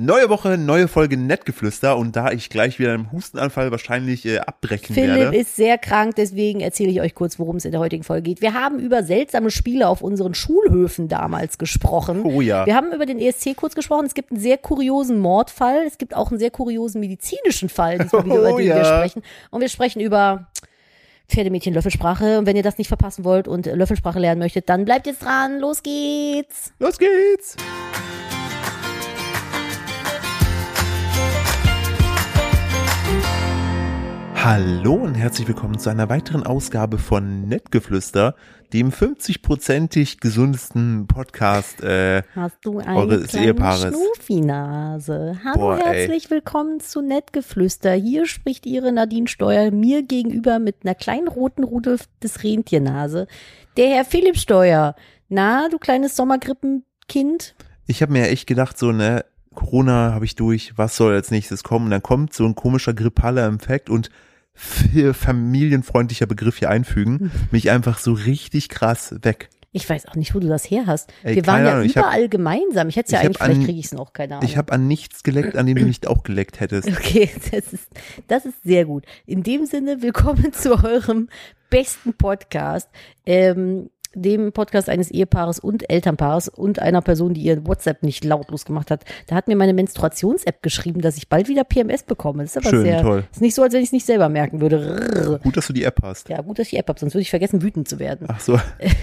Neue Woche, neue Folge Nettgeflüster und da ich gleich wieder einen Hustenanfall wahrscheinlich äh, abbrechen Philipp werde. ist sehr krank, deswegen erzähle ich euch kurz, worum es in der heutigen Folge geht. Wir haben über seltsame Spiele auf unseren Schulhöfen damals gesprochen. Oh ja. Wir haben über den ESC kurz gesprochen. Es gibt einen sehr kuriosen Mordfall. Es gibt auch einen sehr kuriosen medizinischen Fall, diesmal wieder, Oh über den wir ja. sprechen. Und wir sprechen über Pferdemädchen Löffelsprache. Und wenn ihr das nicht verpassen wollt und Löffelsprache lernen möchtet, dann bleibt jetzt dran. Los geht's. Los geht's! Hallo und herzlich willkommen zu einer weiteren Ausgabe von Nettgeflüster, dem 50-prozentig gesundesten Podcast. Äh, Hast du eine Eures kleine Ehepaares. Schnufi-Nase? Hallo, Boah, ey. herzlich willkommen zu Nettgeflüster. Hier spricht Ihre Nadine Steuer mir gegenüber mit einer kleinen roten Rute des Rentiernase. Der Herr Philipp Steuer. Na, du kleines Sommergrippenkind? ich habe mir ja echt gedacht, so, ne, Corona habe ich durch, was soll als nächstes kommen? Und dann kommt so ein komischer grippaler Infekt und viel familienfreundlicher Begriff hier Mhm. einfügen, mich einfach so richtig krass weg. Ich weiß auch nicht, wo du das her hast. Ey, Wir waren keine ja Ahnung, ich hab- überall gemeinsam. Ich hätte es ja ich hab eigentlich, vielleicht an- kriege ich es noch, keine Ahnung. Ich habe an nichts geleckt, an dem du nicht auch geleckt hättest. Okay, das ist, das ist sehr gut. In dem Sinne, willkommen zu eurem besten Podcast, ähm, dem Podcast eines Ehepaares und Elternpaares und einer Person, die ihr WhatsApp nicht lautlos gemacht hat. Da hat mir meine Menstruations-App geschrieben, dass ich bald wieder PMS bekomme. Das ist aber Schön, sehr, toll. ist nicht so, als wenn ich es nicht selber merken würde. Rrrr. Gut, dass du die App hast. Ja, gut, dass ich die App habe, sonst würde ich vergessen, wütend zu werden. Ach so.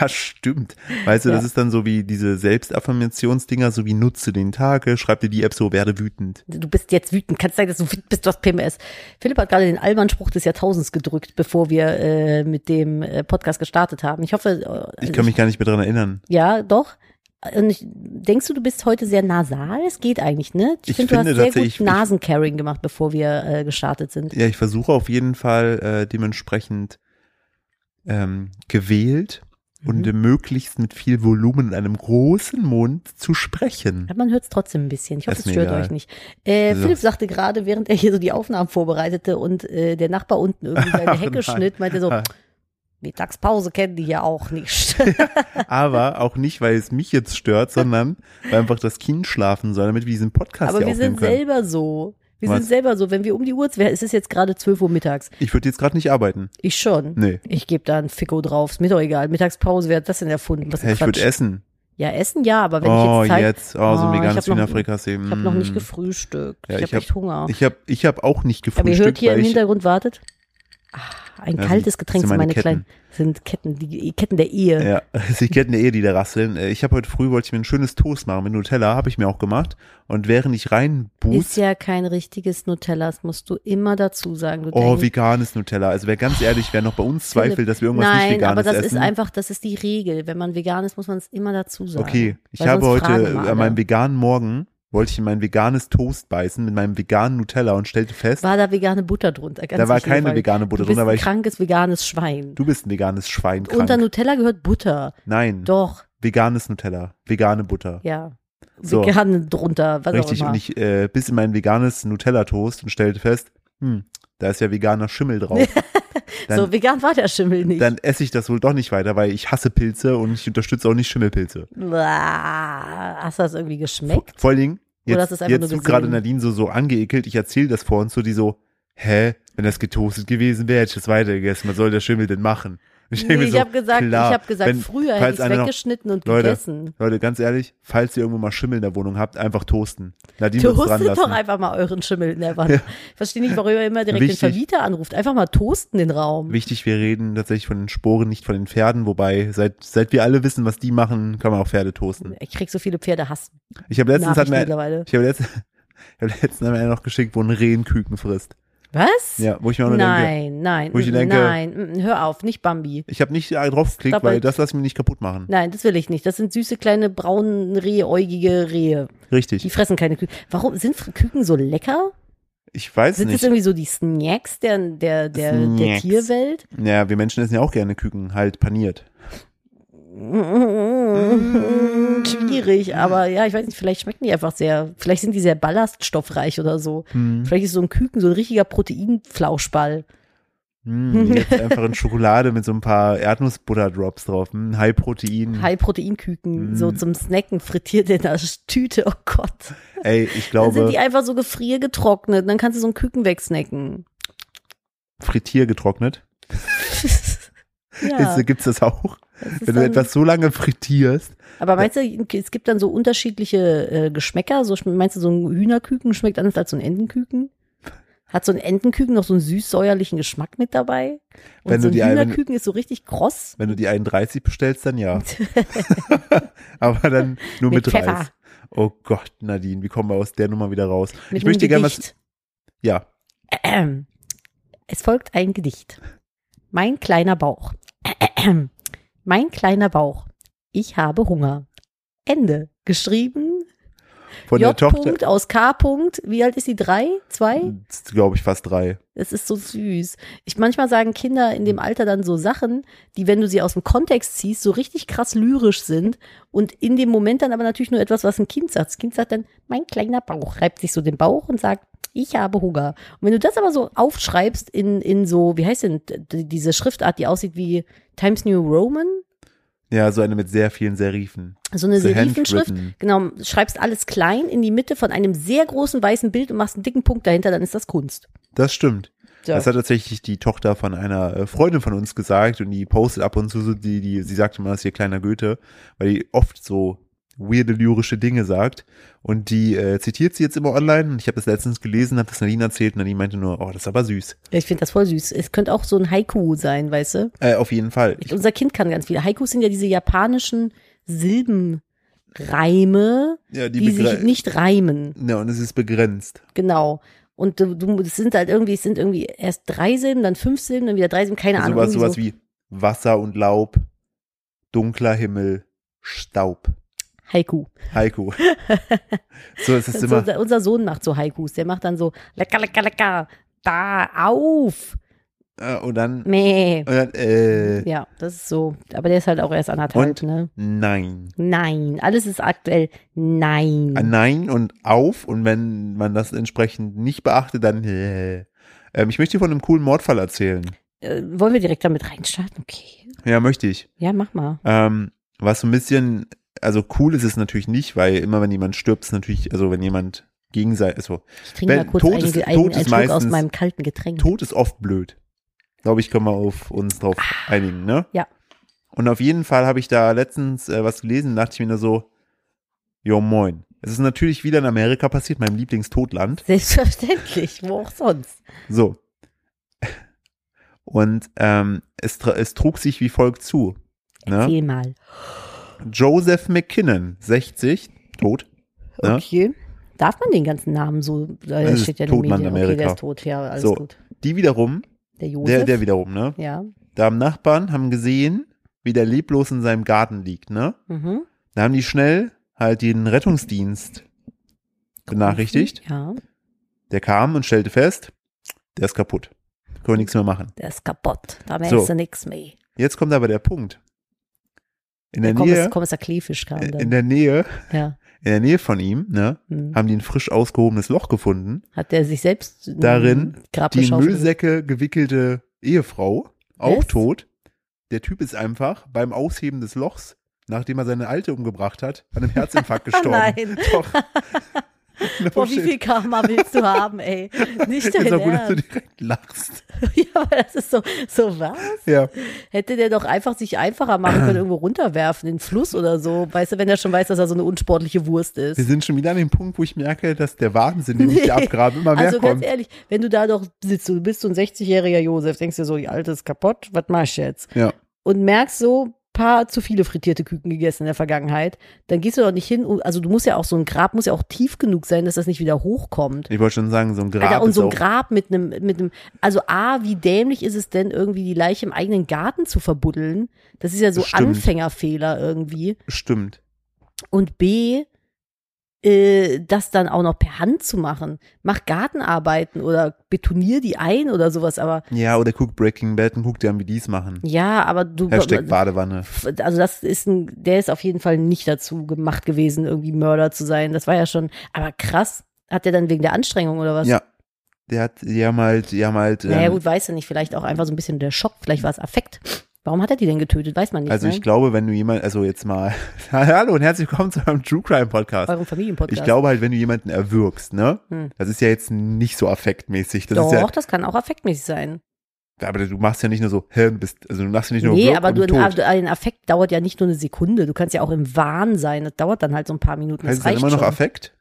Ha, stimmt. Weißt du, das Ja. ist dann so wie diese Selbstaffirmationsdinger, so wie nutze den Tag, äh, schreib dir die App so, werde wütend. Du bist jetzt wütend, kannst sagen, dass du wütend bist, du hast PMS. Philipp hat gerade den albernen Spruch des Jahrtausends gedrückt, bevor wir äh, mit dem äh, Podcast gestartet haben. Ich hoffe, äh, Ich also kann mich gar nicht mehr dran erinnern. Ja, doch. Und ich, denkst du, du bist heute sehr nasal? Es geht eigentlich, ne? Ich find, finde du hast sehr tatsächlich- gut Nasencarrying gemacht, bevor wir äh, gestartet sind. Ja, ich versuche auf jeden Fall äh, dementsprechend ähm, gewählt und äh, Mhm. möglichst mit viel Volumen und einem großen Mund zu sprechen. Aber man hört es trotzdem ein bisschen. Ich hoffe, Ist es mir stört egal. euch nicht. Äh, So. Philipp sagte gerade, während er hier so die Aufnahmen vorbereitete und äh, der Nachbar unten irgendwie seine Hecke nein. Ah. schnitt, meinte er so, Mittagspause kennen die ja auch nicht. Aber auch nicht, weil es mich jetzt stört, sondern weil einfach das Kind schlafen soll, damit wir diesen Podcast Aber hier wir aufnehmen sind können. selber so. Wir Was? sind selber so, wenn wir um die Uhr, es ist jetzt gerade 12 Uhr mittags. Ich würde jetzt gerade nicht arbeiten. Ich schon. Nee. Ich gebe da einen Ficko drauf. Ist mir doch egal. Mittagspause, wer hat das denn erfunden? Was ein Hey, ich würde Quatsch. essen. Ja, Essen ja, aber wenn oh, ich jetzt Zeit, Oh, so Oh, ein ich veganes hab noch- Hühnerfrikassee. ich habe noch nicht mm. gefrühstückt. Ja, ich ich habe hab- echt Hunger. Ich habe ich hab auch nicht aber ihr gefrühstückt. hört hier weil im ich- Hintergrund wartet. Ah, ein Ja, kaltes sind- Getränk sind sind meine meine kleinen sind Ketten, die Ketten der Ehe. Ja, ich kenne eine Ehe, die da rasseln. Äh, Ich habe heute früh, wollte ich mir ein schönes Toast machen mit Nutella, habe ich mir auch gemacht. Und während ich Ist reinbuß, ja kein richtiges Nutella, das musst du immer dazu sagen. Du oh, denkst- veganes Nutella. Also wer ganz ehrlich, wer noch bei uns zweifelt, dass wir irgendwas Nein, nicht veganes aber das essen. ist einfach, das ist die Regel. Wenn man vegan ist, muss man es immer dazu sagen. okay, ich Weil habe sonst fragen heute äh, wir an meinem alle. veganen Morgen, wollte ich in mein veganes Toast beißen mit meinem veganen Nutella und stellte fest, War da vegane Butter drunter? Ganz Da war wichtige keine Frage. vegane Butter du bist drunter, weil Ein ich- krankes veganes Schwein. du bist ein veganes Schwein. Krank. Unter Nutella gehört Butter. Nein, Doch, veganes Nutella, vegane Butter. ja. So. Vegan drunter, was Richtig, auch immer. und ich äh, bis in mein veganes Nutella-Toast und stellte fest, hm, da ist ja veganer Schimmel drauf. Dann, so vegan war der Schimmel nicht. dann esse ich das wohl doch nicht weiter, weil ich hasse Pilze und ich unterstütze auch nicht Schimmelpilze. Uah, Hast du das irgendwie Vor, geschmeckt? vor allen Dingen, Oder jetzt, hast du es Oh, einfach jetzt nur tut gerade gesehen? Nadine so, so angeekelt, ich erzähle das vor uns so, die so, hä, wenn das getoastet gewesen wäre, hätte ich das weitergegessen, was soll der Schimmel denn machen? Und Ich, denke mir ich so, habe gesagt, klar, ich hab gesagt wenn- früher hätte falls ich einer noch- weggeschnitten und Leute, gegessen. Leute, ganz ehrlich, falls ihr irgendwo mal Schimmel in der Wohnung habt, einfach toasten. Nadine wird's dran Toastet lassen. doch einfach mal euren Schimmel in der Wand. Ich verstehe nicht, warum ihr immer direkt Wichtig. den Vermieter anruft. Einfach mal toasten den Raum. Mhm. Wichtig, wir reden tatsächlich von den Sporen, nicht von den Pferden, wobei seit, seit wir alle wissen, was die machen, kann man auch Pferde toasten. Ich krieg so viele Pferdehass Ich habe letztens hat Nachrichten mir, mittlerweile. ich habe letztens, ich habe letztens hat mir einer noch geschickt, wo ein Reh einen Küken frisst. Was? Ja, wo ich mir auch nur denke, nein, nein, Wo ich mm, denke- nein, mm, hör auf, nicht Bambi. ich habe nicht drauf geklickt, Stop it. weil das lasse ich mir nicht kaputt machen. Nein, das will ich nicht. Das sind süße kleine braun rehäugige Rehe. Die Richtig. fressen keine Küken. Warum sind Küken so lecker? Ich weiß Sind das nicht. irgendwie so die Snacks der, der, der, der Snacks. Tierwelt? Naja, wir Menschen essen ja auch gerne Küken, halt paniert. Mm. Schwierig, aber ja, ich weiß nicht, vielleicht schmecken die einfach sehr, vielleicht sind die sehr Mm. ballaststoffreich oder so. Vielleicht ist so ein Küken so ein richtiger Proteinflauschball. Hm, jetzt einfach in Schokolade mit so ein paar Erdnussbutter-Drops drauf. Hm, High Protein. High-Protein-Küken, so Mm. zum Snacken frittiert in der Tüte, oh Gott. Ey, ich Dann sind glaube, die einfach so gefriergetrocknet, dann kannst du so einen Küken wegsnacken. frittier getrocknet. ja, Ist, gibt's das auch? das ist Wenn du dann- etwas so lange frittierst. aber meinst du, es gibt dann so unterschiedliche äh, Geschmäcker? So, schm- meinst du, so ein Hühnerküken schmeckt anders als so ein Entenküken? Hat so ein Entenküken noch so einen süß-säuerlichen Geschmack mit dabei? Und Wenn so du ein die- wenn- Hühnerküken ist so richtig kross. Wenn du die 31 bestellst, dann ja. Aber dann nur mit, Mit Pfeffer. Reis. Oh Gott, Nadine, wie kommen wir aus der Nummer wieder raus? Mit ich möchte einem gerne was. Gedicht. Ja, Ahem. Es folgt ein Gedicht. Mein kleiner Bauch. Ahem. Mein kleiner Bauch. Ich habe Hunger. Ende. Geschrieben. von J. der Tochter. Punkt aus K. Punkt. Wie alt ist sie? Drei? Zwei? Glaube ich fast drei. Es ist so süß. Ich manchmal sagen Kinder in dem Alter dann so Sachen, die, wenn du sie aus dem Kontext ziehst, so richtig krass lyrisch sind und in dem Moment dann aber natürlich nur etwas, was ein Kind sagt. Das Kind sagt dann, mein kleiner Bauch, reibt sich so den Bauch und sagt, ich habe Hunger. Und wenn du das aber so aufschreibst in, in so, wie heißt denn d- diese Schriftart, die aussieht wie Times New Roman? Ja, so eine mit sehr vielen Serifen. So eine So Serifenschrift. handwritten. Genau, schreibst alles klein in die Mitte von einem sehr großen weißen Bild und machst einen dicken Punkt dahinter, dann ist das Kunst. Das stimmt. So. Das hat tatsächlich die Tochter von einer äh, Freundin von uns gesagt und die postet ab und zu so, die, die, sie sagt immer, das ist hier kleiner Goethe, weil die oft so weirde lyrische Dinge sagt und die äh, zitiert sie jetzt immer online und ich habe das letztens gelesen, habe das Nadine erzählt und Nadine meinte nur, oh, das ist aber süß. Ja, Ich finde das voll süß. Es könnte auch so ein Haiku sein, weißt du? Äh, auf jeden Fall. Ich, Unser Kind kann ganz viel. Haikus sind ja diese japanischen Silbenreime, ja, die, die, sich begrenzt. nicht reimen. Ja, und es ist begrenzt. Genau. Und du, du, es sind halt irgendwie, es sind irgendwie erst drei Silben, dann fünf Silben, dann wieder drei Silben, keine Ahnung. sowas irgendwie Also sowas so. wie Wasser und Laub, dunkler Himmel, Staub. Haiku. Haiku. so, es ist So, immer. unser- unser Sohn macht so Haikus. Der macht dann so lecker, lecker, lecker, da auf, Äh, und dann. meh. Und dann äh, Ja, das ist so. Aber der ist halt auch erst Und? anderthalb, ne? nein. Nein, alles ist aktuell. Nein. Ein Äh, Ah, Nein und auf und wenn man das entsprechend nicht beachtet, dann äh. ähm, ich möchte dir von einem coolen Mordfall erzählen. Äh, wollen wir direkt damit reinstarten? Okay. Ja, möchte ich. Ja, mach mal. Ähm, was so ein bisschen, also cool ist es natürlich nicht, weil immer wenn jemand stirbt, ist natürlich, also wenn jemand gegenseitig, also Ich trinke Wenn- mal kurz Tod einen, ist- einen, einen Tod ist Schluck aus meistens- meinem kalten Getränk. Tod ist oft blöd. Glaube ich, können wir auf uns drauf einigen, ne? ja. Und auf jeden Fall habe ich da letztens äh, was gelesen, dachte ich mir nur so, jo moin. Es ist natürlich wieder in Amerika passiert, meinem Lieblingstodland. Selbstverständlich, wo auch sonst. So. Und ähm, es, tra- es trug sich wie folgt zu. Ne? Erzähl mal. Joseph McKinnon, 60, tot. Ne? Okay. Darf man den ganzen Namen so? Da Das ist steht ja in den Todmann Medien. Okay, Amerika. der ist tot, ja, alles So. gut. Die wiederum, Der Josef. der, der wiederum, ne? ja. Da haben Nachbarn, haben gesehen, wie der leblos in seinem Garten liegt, ne? Mhm. Da haben die schnell halt den Rettungsdienst benachrichtigt. Ja, Der kam und stellte fest, der ist kaputt. Können wir nichts mehr machen. der ist kaputt. Da merkst So. du nichts mehr. Jetzt kommt aber der Punkt. In der, Der Kommissar, Nähe, Äh, Kommissar Kleefisch kam in dann. der Nähe, Ja. in der Nähe von ihm, ne? Hm. haben die ein frisch ausgehobenes Loch gefunden. Hat der sich selbst ein Darin Grab Die in geschaufelt? Müllsäcke gewickelte Ehefrau, auch Was? tot. Der Typ ist einfach beim Ausheben des Lochs, nachdem er seine Alte umgebracht hat, an einem Herzinfarkt gestorben. Ah, nein. Doch. No Boah, wie shit. viel Karma willst du haben, ey? Nicht Ist dein auch gut, dass du Ernst. direkt lachst. Ja, aber das ist so, so was? Ja. Hätte der doch einfach sich einfacher machen können, irgendwo runterwerfen, in den Fluss oder so. Weißt du, wenn er schon weiß, dass er so eine unsportliche Wurst Wir ist. sind schon wieder an dem Punkt, wo ich merke, dass der Wahnsinn, den ich hier abgrabe, immer mehr Also ganz kommt. ehrlich, wenn du da doch sitzt, du bist so ein 60-jähriger Josef, denkst dir so, die Alte ist kaputt, was mach ich jetzt? Ja. Und merkst so, paar zu viele frittierte Küken gegessen in der Vergangenheit, dann gehst du doch nicht hin, und- also du musst ja auch, so ein Grab muss ja auch tief genug sein, dass das nicht wieder hochkommt. Ich wollte schon sagen, so ein Grab Alter, und ist so ein auch, Grab mit einem, mit einem, also A, wie dämlich ist es denn, irgendwie die Leiche im eigenen Garten zu verbuddeln? Das ist ja so Das stimmt. Anfängerfehler irgendwie. stimmt. Und B, äh, das dann auch noch per Hand zu machen. Mach Gartenarbeiten oder betonier die ein oder sowas, aber Ja, oder guck Breaking Bad und guck dir an, wie die es machen. ja, aber du. Hashtag Badewanne. also das ist ein, der ist auf jeden Fall nicht dazu gemacht gewesen, irgendwie Mörder zu sein. Das war ja schon, aber krass, hat der dann wegen der Anstrengung oder was? Ja, Der hat, die haben halt, die haben halt. Naja, ähm, gut, weißt du nicht. Vielleicht auch einfach so ein bisschen der Schock. Vielleicht war es Affekt. Warum hat er die denn getötet? Weiß man nicht. also ne? ich glaube, wenn du jemand, also jetzt mal, hallo und herzlich willkommen zu meinem True Crime Podcast. Eurem Familienpodcast. Ich glaube halt, wenn du jemanden erwürgst, ne? Hm. Das ist ja jetzt nicht so affektmäßig. Das Doch, ist ja, das kann auch affektmäßig sein. aber du machst ja nicht nur so, hä, du bist, also du machst ja nicht nur Nee, wirk aber und du, also, tot. ein, ein Affekt dauert ja nicht nur eine Sekunde. Du kannst ja auch im Wahn sein. Das dauert dann halt so ein paar Minuten. heißt Das es dann reicht immer noch schon. Affekt?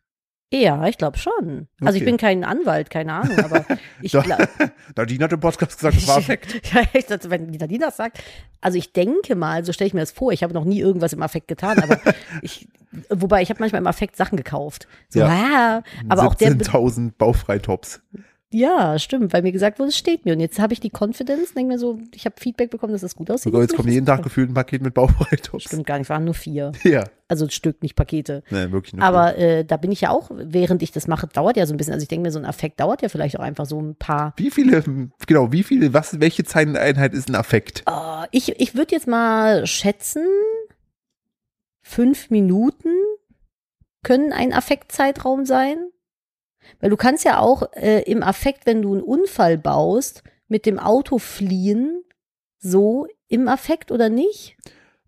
Ja, ich glaube schon. Also ich Okay. bin kein Anwalt, keine Ahnung, aber ich Doch. glaube. Nadine hat im Podcast gesagt, das war Affekt. ja, ich, dachte, wenn die Nadine das sagt. Also ich denke mal, so stelle ich mir das vor, ich habe noch nie irgendwas im Affekt getan, aber ich, wobei ich habe manchmal im Affekt Sachen gekauft. So, Ja. ja. aber auch der, 17.000 Baufreitops. ja, stimmt, weil mir gesagt wurde, es steht mir. Und jetzt habe ich die Confidence, denke mir so, ich habe Feedback bekommen, dass das gut aussieht. Sogar jetzt kommt mach ich jeden das. Tag gefühlt ein Paket mit Baufreitops. Stimmt gar nicht, waren nur vier. Ja, Also ein Stück, nicht Pakete. ne, wirklich nur Aber äh, da bin ich ja auch, während ich das mache, dauert ja so ein bisschen. Also ich denke mir, so ein Affekt dauert ja vielleicht auch einfach so ein paar. Wie viele, genau, wie viele, was, welche Zeiteneinheit ist ein Affekt? Oh, ich ich würde jetzt mal schätzen, fünf Minuten können ein Affektzeitraum sein. Weil du kannst ja auch äh, im Affekt, wenn du einen Unfall baust, mit dem Auto fliehen, so im Affekt oder nicht?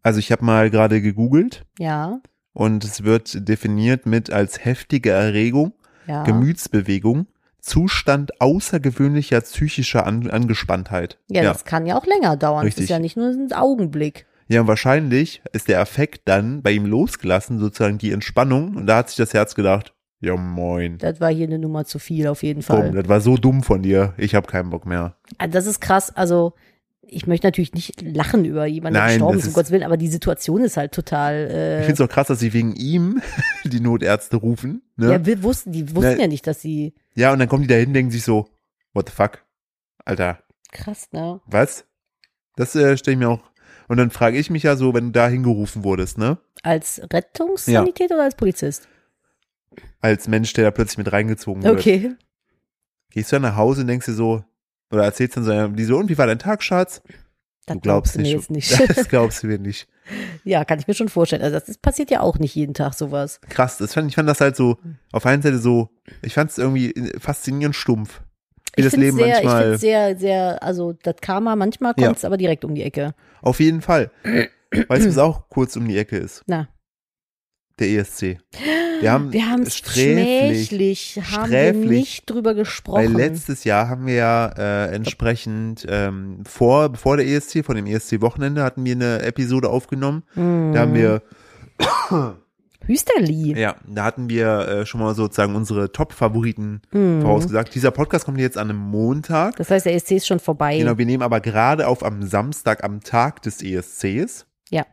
Also ich habe mal gerade gegoogelt Ja, und es wird definiert mit als heftige Erregung, ja. Gemütsbewegung, Zustand außergewöhnlicher psychischer An Angespanntheit. ja, ja. das kann ja auch länger dauern. Das Richtig. ist ja nicht nur ein Augenblick. Ja, und wahrscheinlich ist der Affekt dann bei ihm losgelassen, sozusagen die Entspannung. Und da hat sich das Herz gedacht, ja moin. Das war hier eine Nummer zu viel auf jeden Fall. Komm, das war so dumm von dir. Ich habe keinen Bock mehr. Also das ist krass. Also ich möchte natürlich nicht lachen über jemanden, der Nein, gestorben das ist, um ist- Gottes Willen, aber die Situation ist halt total. Äh, Ich finde es auch krass, dass sie wegen ihm die Notärzte rufen. Ne? Ja, wir wussten, die wussten Ne. ja nicht, dass sie. Ja, und dann kommen die da hin, denken sich so, what the fuck? Alter, Krass, ne? was? Das äh, stelle ich mir auch. Und dann frage ich mich ja so, wenn du da hingerufen wurdest, ne? Als Rettungssanitäter oder als Polizist? Als Mensch, der da plötzlich mit reingezogen wird. Okay. Gehst du dann nach Hause und denkst dir so, oder erzählst dann so, ja, die so, und wie war dein Tag, Schatz? Das du glaubst du mir nicht. jetzt nicht. Das glaubst du mir nicht. ja, kann ich mir schon vorstellen. Also das ist, passiert ja auch nicht jeden Tag sowas. Krass, das fand, ich fand das halt so, auf der einen Seite so, ich fand es irgendwie äh, faszinierend stumpf. Wie ich das find's Leben sehr, ich manchmal. find's sehr, sehr, also das Karma, manchmal Ja. kommt's aber direkt um die Ecke. Auf jeden Fall. Weißt du, was auch kurz um die Ecke ist? Na. Der E ESC. Wir haben, Wir haben Hm, sträflich- schmächlich, haben wir sträflich. nicht drüber Weil gesprochen. letztes Jahr haben wir ja äh, entsprechend ähm, vor, bevor der ESC, von dem ESC-Wochenende, hatten wir eine Episode aufgenommen. Hm. Da haben wir, Hüsterli. ja, da hatten wir äh, schon mal sozusagen unsere Top-Favoriten Hm. vorausgesagt. Dieser Podcast kommt jetzt an einem Montag. Das heißt, der ESC ist schon vorbei. Genau, wir nehmen aber gerade auf am Samstag, am Tag des ESCs. Ja.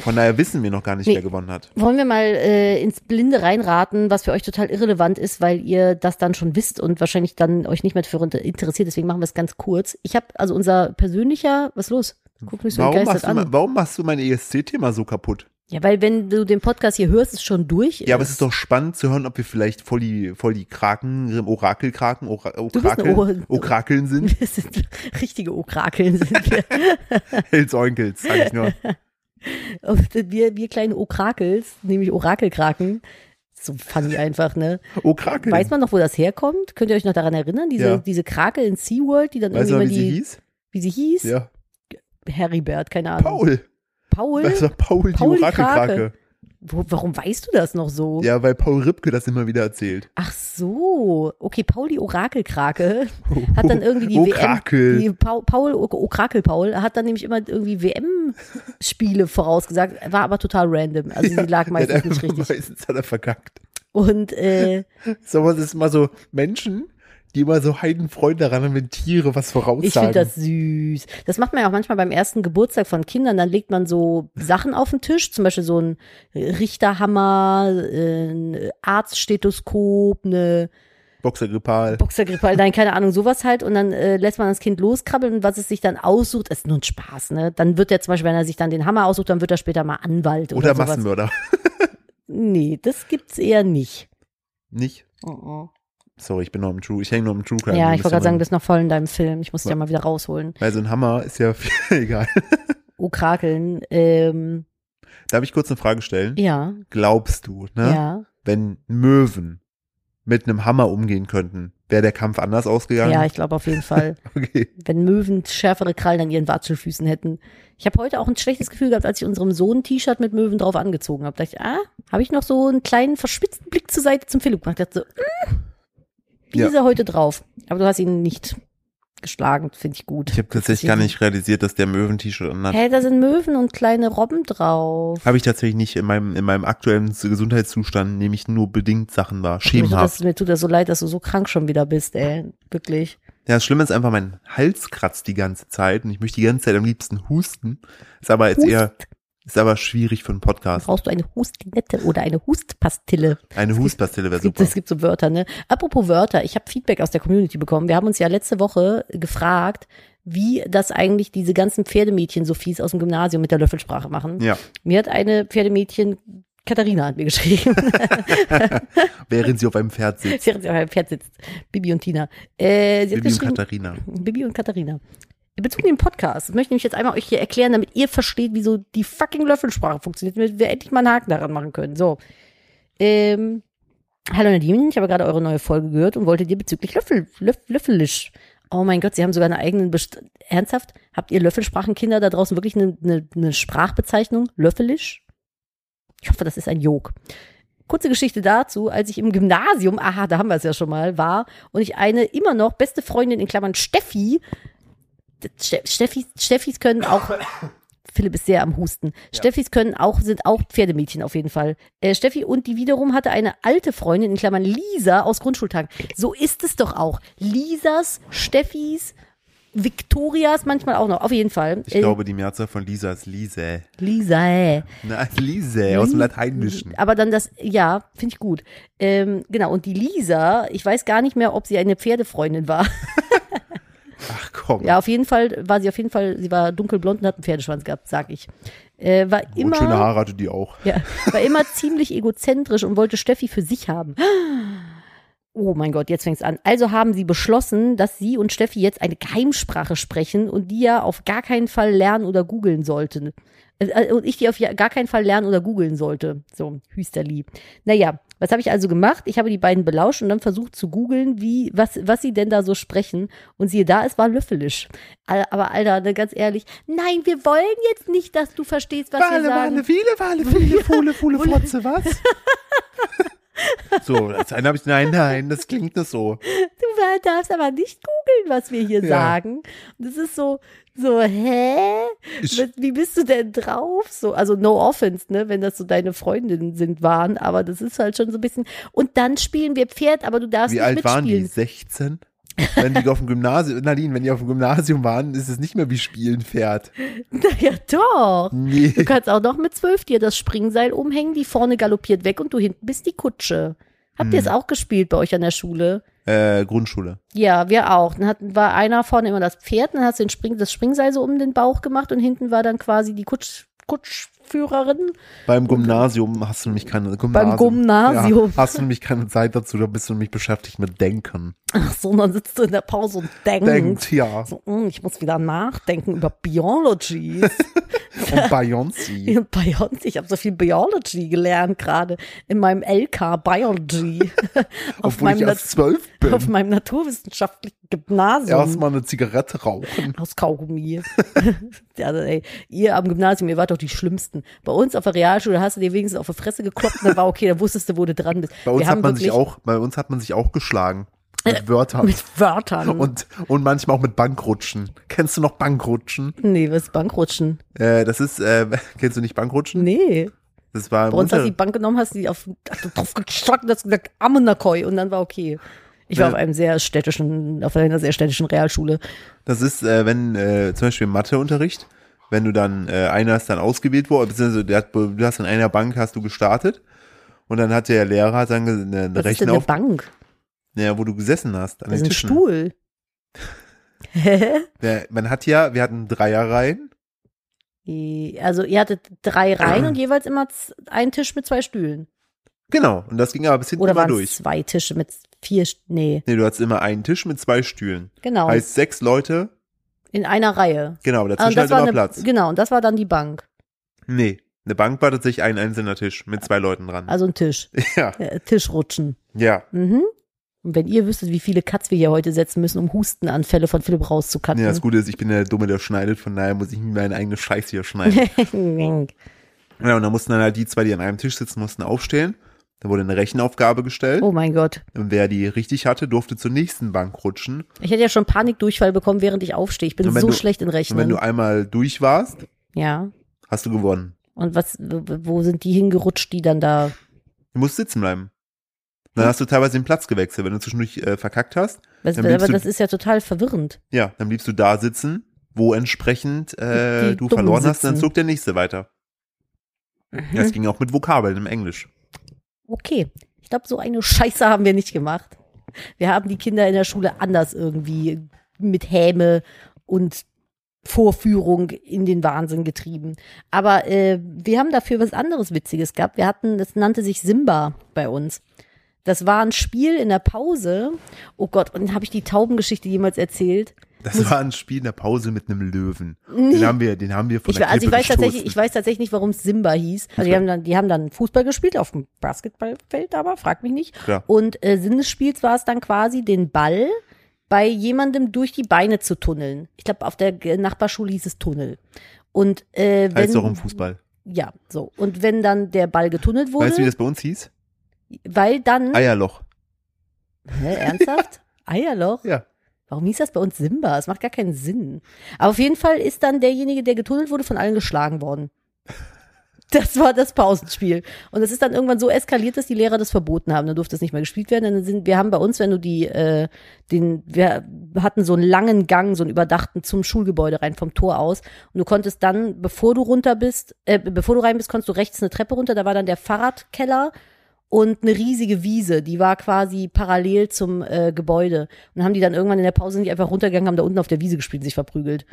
Von daher wissen wir noch gar nicht, Nee. wer gewonnen hat. Wollen wir mal äh, ins Blinde reinraten, was für euch total irrelevant ist, weil ihr das dann schon wisst und wahrscheinlich dann euch nicht mehr für inter- interessiert. Deswegen machen wir es ganz kurz. Ich habe also unser persönlicher, was ist los? Guck mich so Warum machst, begeistert du, an. mein- warum machst du mein ESC-Thema so kaputt? Ja, weil wenn du den Podcast hier hörst, ist schon durch. Ja, aber es ist doch spannend zu hören, ob wir vielleicht voll die, voll die Kraken, Orakelkraken, Ora bist eine Orakel, Ohr- Orakeln sind. Wir sind richtige Okrakeln sind wir. Hells Onkels, sag ich nur. Und wir, wir kleinen Okrakels, nämlich Orakelkraken. So funny einfach, ne? Orakeln. Weiß man noch, wo das herkommt? Könnt ihr euch noch daran erinnern? Diese, Hm. Ja. diese Krake in SeaWorld, die dann weißt du noch, wie irgendwie sie immer die, hieß? wie sie hieß? Ja. Heribert, keine Ahnung. Paul. Paul? Das war Paul, Paul die die Orakelkrake. Krake. Wo, warum weißt du das noch so? Ja, weil Paul Ripke das immer wieder erzählt. Ach so. Okay, Paul die Orakelkrake hat dann irgendwie die Oh, WM. Krakel. Die Paul, Paul Orakel Paul hat dann nämlich immer irgendwie WM-Spiele vorausgesagt, war aber total random. Also sie lag Der hat meistens nicht einfach- richtig. Meistens hat er verkackt. Und äh, So was ist mal so Menschen, die immer so heidenfreund daran haben, wenn Tiere was voraussagen. ich finde das süß. Das macht man ja auch manchmal beim ersten Geburtstag von Kindern. Dann legt man so Sachen auf den Tisch, zum Beispiel so ein Richterhammer, äh, ein Arztstethoskop, eine Boxer Grippal. Boxergrippe, nein, keine Ahnung, sowas halt. Und dann äh, lässt man das Kind loskrabbeln und was es sich dann aussucht, ist nur ein Spaß, ne? Dann wird er zum Beispiel, wenn er sich dann den Hammer aussucht, dann wird er später mal Anwalt oder, Oder sowas. Massenmörder. Nee, das gibt's eher nicht. Nicht? Sorry, ich bin noch im True. Ich hänge noch im True Crime. Ja, Ein ich wollte bisschen gerade sagen, du drin. bist noch voll in deinem Film. Ich muss dich ja mal wieder rausholen. Weil so ein Hammer ist ja egal. Oh, Krakeln. Ähm, Darf ich kurz eine Frage stellen? ja, Glaubst du, ne, ja. wenn Möwen mit einem Hammer umgehen könnten, wäre der Kampf anders ausgegangen? Ja, ich glaube auf jeden Fall. okay. wenn Möwen schärfere Krallen an ihren Watschelfüßen hätten. Ich habe heute auch ein schlechtes Gefühl gehabt, als ich unserem Sohn ein T-Shirt mit Möwen drauf angezogen habe. Da dachte ich, ah, habe ich noch so einen kleinen verspitzten Blick zur Seite zum Philipp gemacht. Ich dachte so, mm, wie Ja. ist er heute drauf? Aber du hast ihn nicht geschlagen, finde ich gut. Ich habe tatsächlich gar nicht realisiert, dass der Möwen-T-Shirt anhat. Hä, da sind Möwen und kleine Robben drauf. Habe ich tatsächlich nicht. In meinem, in meinem aktuellen Gesundheitszustand nehme ich nur bedingt Sachen wahr. Mir tut, das, Schemenhaft. mir tut das so leid, dass du so krank schon wieder bist, ey. Wirklich. Ja, das Schlimme ist einfach, mein Hals kratzt die ganze Zeit und ich möchte die ganze Zeit am liebsten husten. Ist aber jetzt Hust. eher, ist aber schwierig für einen Podcast. Brauchst du eine Hustinette oder eine Hustpastille? Eine Hustpastille wäre Es gibt, super. es gibt so Wörter, ne? Apropos Wörter, ich habe Feedback aus der Community bekommen. Wir haben uns ja letzte Woche gefragt, wie das eigentlich diese ganzen Pferdemädchen Sophies aus dem Gymnasium mit der Löffelsprache machen. Ja, Mir hat eine Pferdemädchen Katharina hat mir geschrieben, während sie auf einem Pferd sitzt. während sie auf einem Pferd sitzt. Bibi und Tina. Äh, Bibi sie hat und geschrieben, Katharina. Bibi und Katharina. In Bezug auf den Podcast, das möchte ich nämlich jetzt einmal euch hier erklären, damit ihr versteht, wieso die fucking Löffelsprache funktioniert, damit wir endlich mal einen Haken daran machen können. So. Ähm, Hallo Nadine, ich habe gerade eure neue Folge gehört und wollte dir bezüglich Löffel, Löff, Löffelisch. Oh mein Gott, sie haben sogar eine eigene Best Ernsthaft? Habt ihr Löffelsprachenkinder da draußen wirklich eine, eine, eine Sprachbezeichnung? Löffelisch? Ich hoffe, das ist ein Jog. Kurze Geschichte dazu, als ich im Gymnasium, aha, da haben wir es ja schon mal, war und ich eine immer noch beste Freundin in Klammern Steffi, Ste- Steffis, Steffis können auch, Philipp ist sehr am Husten, Steffis können auch, sind auch Pferdemädchen auf jeden Fall. Äh, Steffi und die wiederum hatte eine alte Freundin in Klammern Lisa aus Grundschultagen. So ist es doch auch. Lisas, Steffis, Victorias manchmal auch noch, auf jeden Fall. Ich Äh, glaube, die Mehrzahl von Lisa ist Lise. Lisa, äh. Na, Lise aus dem Li- Lateinischen. Aber dann das, ja, finde ich gut. Ähm, genau, und die Lisa, ich weiß gar nicht mehr, ob sie eine Pferdefreundin war. Ach komm. Ja, auf jeden Fall war sie auf jeden Fall, sie war dunkelblond und hat einen Pferdeschwanz gehabt, sag ich. Äh, war Oh, und schöne immer, Haare hatte die auch. ja, war immer ziemlich egozentrisch und wollte Steffi für sich haben. Oh mein Gott, jetzt fängt's an. Also haben sie beschlossen, dass sie und Steffi jetzt eine Geheimsprache sprechen und die ja auf gar keinen Fall lernen oder googeln sollten. Äh, Und ich die auf ja- gar keinen Fall lernen oder googeln sollte. So, Hüsterli. Naja, was habe ich also gemacht? Ich habe die beiden belauscht und dann versucht zu googeln, wie, was, was sie denn da so sprechen. Und siehe da, es war löffelisch. Al- Aber Alter, ne, ganz ehrlich, nein, wir wollen jetzt nicht, dass du verstehst, was wir Wale, sagen. Wale, viele, Wale, viele, Fule, Fule, Fotze, was? so, das eine habe ich, nein, nein, das klingt nicht so. Du wa- darfst aber nicht googeln, was wir hier Ja. sagen. Und das ist so, so, hä? Ich- Wie- Wie bist du denn drauf? So, also no offense, ne, wenn das so deine Freundinnen sind, waren, aber das ist halt schon so ein bisschen. Und dann spielen wir Pferd, aber du darfst Wie nicht alt waren die? mitspielen. 16? Wenn die auf dem Gymnasium, Nadine, wenn die auf dem Gymnasium waren, ist es nicht mehr wie Spielen Pferd. Naja, doch. Nee. Du kannst auch noch mit zwölf dir das Springseil umhängen, die vorne galoppiert weg und du hinten bist die Kutsche. Habt Hm. ihr es auch gespielt bei euch an der Schule? Äh, Grundschule. Ja, wir auch. Dann hatten, war einer vorne immer das Pferd, dann hast du den Spring, das Springseil so um den Bauch gemacht und hinten war dann quasi die Kutsch, Kutschführerin. Beim Gymnasium hast du nämlich keine Gymnasium. Gymnasium. Ja, hast du nämlich keine Zeit dazu, da bist du nämlich beschäftigt mit Denken. Ach so, und dann sitzt du in der Pause und denkst. Denkt, ja. So, "Hm, ich muss wieder nachdenken über Biology. Und Beyoncé. Und Biology, ich habe so viel Biology gelernt gerade in meinem LK Biology. auf, Obwohl ich meinem Nat- erst zwölf auf bin. meinem naturwissenschaftlichen Gymnasium. Erstmal eine Zigarette rauchen. aus Kaugummi. ja, also, ey, ihr am Gymnasium, ihr wart doch die Schlimmsten. Bei uns auf der Realschule hast du dir wenigstens auf die Fresse gekloppt und dann war okay, dann wusstest du, wo du dran bist. Bei uns Wir hat haben man wirklich Äh, sich auch, bei uns hat man sich auch geschlagen. Mit Wörtern. mit Wörtern. Und, und manchmal auch mit Bankrutschen. Kennst du noch Bankrutschen? nee, was Bankrutschen? Äh, das ist, äh, kennst du nicht Bankrutschen? Nee. Das war im Bei uns hast du die Unter Bank genommen, hast die auf hast du drauf geschlagen und hast gesagt, Ammonakoi und dann war okay. Ich war Ja. auf einem sehr städtischen, auf einer sehr städtischen Realschule. Das ist, äh, wenn äh, zum Beispiel im Matheunterricht, wenn du dann, äh, einer ist dann ausgewählt worden, beziehungsweise der hat, du hast in einer Bank hast du gestartet und dann hat der Lehrer hat dann ge- eine, eine Was ist denn eine Rechenauf, Bank? ja, wo du gesessen hast. An Das ist den ein Tischen. Stuhl. Ja, man hat ja, wir hatten Dreierreihen. Also ihr hattet drei Reihen und jeweils immer z- einen Tisch mit zwei Stühlen. Genau. Und das ging aber bis hinten Oder immer waren es durch. zwei Tische mit vier, St- nee, Nee, du hattest immer einen Tisch mit zwei Stühlen. genau, Heißt sechs Leute. in einer Reihe. Genau, aber Ah, und dazwischen halt immer eine, Platz. Genau, und das war dann die Bank. Nee. Eine Bank war tatsächlich ein einzelner Tisch mit zwei Leuten dran. Also ein Tisch. ja, Äh, Tischrutschen. ja, Mhm. Und wenn ihr wüsstet, wie viele Cuts wir hier heute setzen müssen, um Hustenanfälle von Philipp rauszukatten. ja. Das Gute ist, ich bin der Dumme, der schneidet, von daher muss ich mir meinen eigenen Scheiß hier schneiden. ja, und dann mussten dann halt die zwei, die an einem Tisch sitzen mussten, aufstehen. Da wurde eine Rechenaufgabe gestellt. oh mein Gott. Und wer die richtig hatte, durfte zur nächsten Bank rutschen. Ich hätte ja schon Panikdurchfall bekommen, während ich aufstehe. Ich bin Und wenn so du- schlecht in Und wenn Rechnen. du einmal durch warst, ja. hast du gewonnen. Und was, wo sind die hingerutscht, die dann da? Du musst sitzen bleiben. Dann Hm. hast du teilweise den Platz gewechselt. Wenn du zwischendurch äh, verkackt hast, Das, Dann aber bliebst du- das ist ja total verwirrend. ja, dann bliebst du da sitzen, wo entsprechend äh, Die du Dummen verloren hast, dann sitzen. Mhm. zog der nächste weiter. Das ging auch mit Vokabeln im Englisch. Okay. Ich glaube, so eine Scheiße haben wir nicht gemacht. Wir haben die Kinder in der Schule anders irgendwie mit Häme und Vorführung in den Wahnsinn getrieben. Aber äh, wir haben dafür was anderes Witziges gehabt. Wir hatten, das nannte sich Simba bei uns. Das war ein Spiel in der Pause. Oh Gott, und habe ich die Taubengeschichte jemals erzählt? Das war ein Spiel in der Pause mit einem Löwen. Den haben wir, den haben wir von Ich, der we- also ich Klippe weiß tatsächlich, ich gestoßen. weiß tatsächlich nicht, warum es Simba hieß. Also die haben dann, die haben dann Fußball gespielt auf dem Basketballfeld, aber frag mich nicht. Klar. Und äh, Sinn des Spiels war es dann quasi, den Ball bei jemandem durch die Beine zu tunneln. Ich glaube, auf der G- Nachbarschule hieß es Tunnel. Und äh, wenn Heißt doch im Fußball. ja, so. Und wenn dann der Ball getunnelt wurde, Hm? Weißt du, wie das bei uns hieß? weil dann Eierloch. hä, ernsthaft Eierloch. Ja. Warum hieß das bei uns Simba? Es macht gar keinen Sinn. Aber auf jeden Fall ist dann derjenige, der getunnelt wurde, von allen geschlagen worden. Das war das Pausenspiel. Und es ist dann irgendwann so eskaliert, dass die Lehrer das verboten haben. Dann durfte es nicht mehr gespielt werden. Dann sind, wir haben bei uns, wenn du die, äh, den, wir hatten so einen langen Gang, so einen überdachten zum Schulgebäude rein vom Tor aus. Und du konntest dann, bevor du runter bist, äh, bevor du rein bist, konntest du rechts eine Treppe runter. Da war dann der Fahrradkeller und eine riesige Wiese, die war quasi parallel zum äh, Gebäude. Und dann haben die dann irgendwann in der Pause nicht einfach runtergegangen, haben da unten auf der Wiese gespielt und sich verprügelt.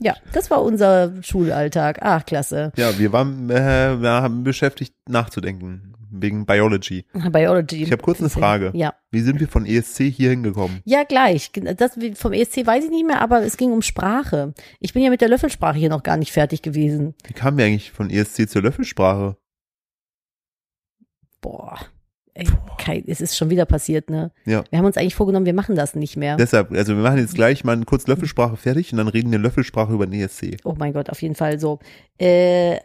Ja, das war unser Schulalltag. Ach, klasse. Ja, wir waren äh, wir haben beschäftigt nachzudenken wegen Biology. Biology. Ich habe kurz eine Frage. Ja. Wie sind wir von ESC hier hingekommen? Ja, gleich. Das vom ESC weiß ich nicht mehr, aber es ging um Sprache. Ich bin ja mit der Löffelsprache hier noch gar nicht fertig gewesen. Wie kamen wir eigentlich von ESC zur Löffelsprache? Boah. Ey, Kein, es ist schon wieder passiert, ne? Ja. Wir haben uns eigentlich vorgenommen, wir machen das nicht mehr. Deshalb, also wir machen Hm. jetzt gleich mal kurz Löffelsprache fertig und dann reden wir Löffelsprache über den E ESC. Oh mein Gott, auf jeden Fall so. Äh,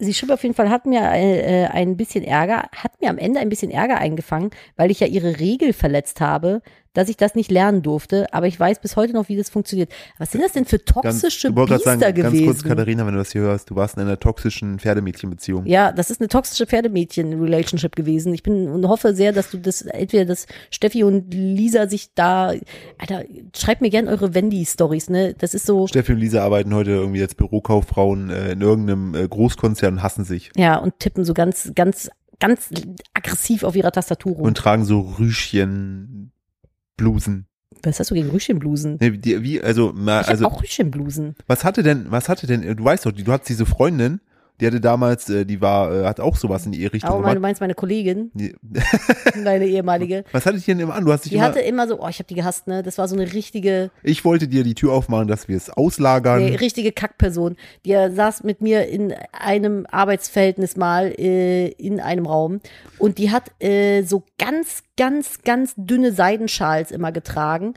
sie schrieb auf jeden Fall, hat mir äh, äh, ein bisschen Ärger, hat mir am Ende ein bisschen Ärger eingefangen, weil ich ja ihre Regel verletzt habe, dass ich das nicht lernen durfte. Aber ich weiß bis heute noch, wie das funktioniert. Was sind das denn für toxische ich wollte gerade Biester sagen, ganz gewesen? kurz, Katharina, wenn du das hier hörst, du warst in einer toxischen Pferdemädchenbeziehung. ja, das ist eine toxische Pferdemädchen-Relationship gewesen. Ich bin und hoffe sehr, dass du das, entweder dass Steffi und Lisa sich da, Alter, schreibt mir gern eure Wendy-Stories, ne? Das ist so, Steffi und Lisa arbeiten heute irgendwie als Bürokauffrauen äh, in irgendeinem äh, Großkonzern und hassen sich Ja, und tippen so ganz, ganz, ganz aggressiv auf ihrer Tastatur rum. und tragen so Rüschen, Blusen. was hast du gegen Rüschenblusen? Nee, die, wie, also, na, Ich also also, hab auch Rüschenblusen. was hatte denn, was hatte denn, du weißt doch, die- du hattest diese Freundin, die hatte damals, äh, die war, äh, hat auch sowas in die Richtung Aber mein, Oh du gemacht. meinst meine Kollegin, Die- meine ehemalige. Was hatte ich denn immer an? Du hast dich Die immer, hatte immer so, oh, ich hab die gehasst, ne? Das war so eine richtige, ich wollte dir die Tür aufmachen, dass wir es auslagern. nee, richtige Kackperson. Die saß mit mir in einem Arbeitsverhältnis mal äh, in einem Raum und die hat äh, so ganz, ganz, ganz dünne Seidenschals immer getragen.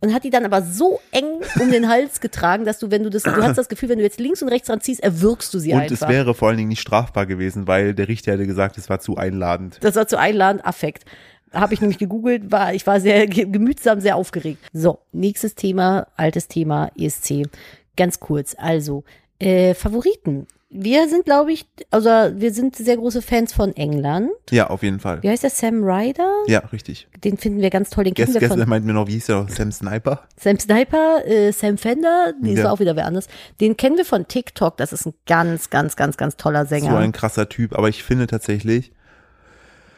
Und hat die dann aber so eng um den Hals getragen, dass du, wenn du das, du hast das Gefühl, wenn du jetzt links und rechts dran ziehst, erwürgst du sie und es einfach. wäre vor allen Dingen nicht strafbar gewesen, weil der Richter hätte gesagt, es war zu einladend. Das war zu einladend Affekt. Habe ich nämlich gegoogelt, war, ich war sehr ge- gemütsam, sehr aufgeregt. So, nächstes Thema, altes Thema, ESC. Ganz kurz, also, äh, Favoriten. Wir sind, glaube ich, also wir sind sehr große Fans von England. Ja, auf jeden Fall. Wie heißt der Sam Ryder? Ja, richtig. Den finden wir ganz toll, den kennen Gest, wir von gestern meinten wir noch, wie hieß der Sam Sniper? Sam Sniper, äh, Sam Fender, nee, das Ja. war auch wieder wer anders. Den kennen wir von TikTok, das ist ein ganz, ganz, ganz, ganz toller Sänger. So ein krasser Typ, aber ich finde tatsächlich,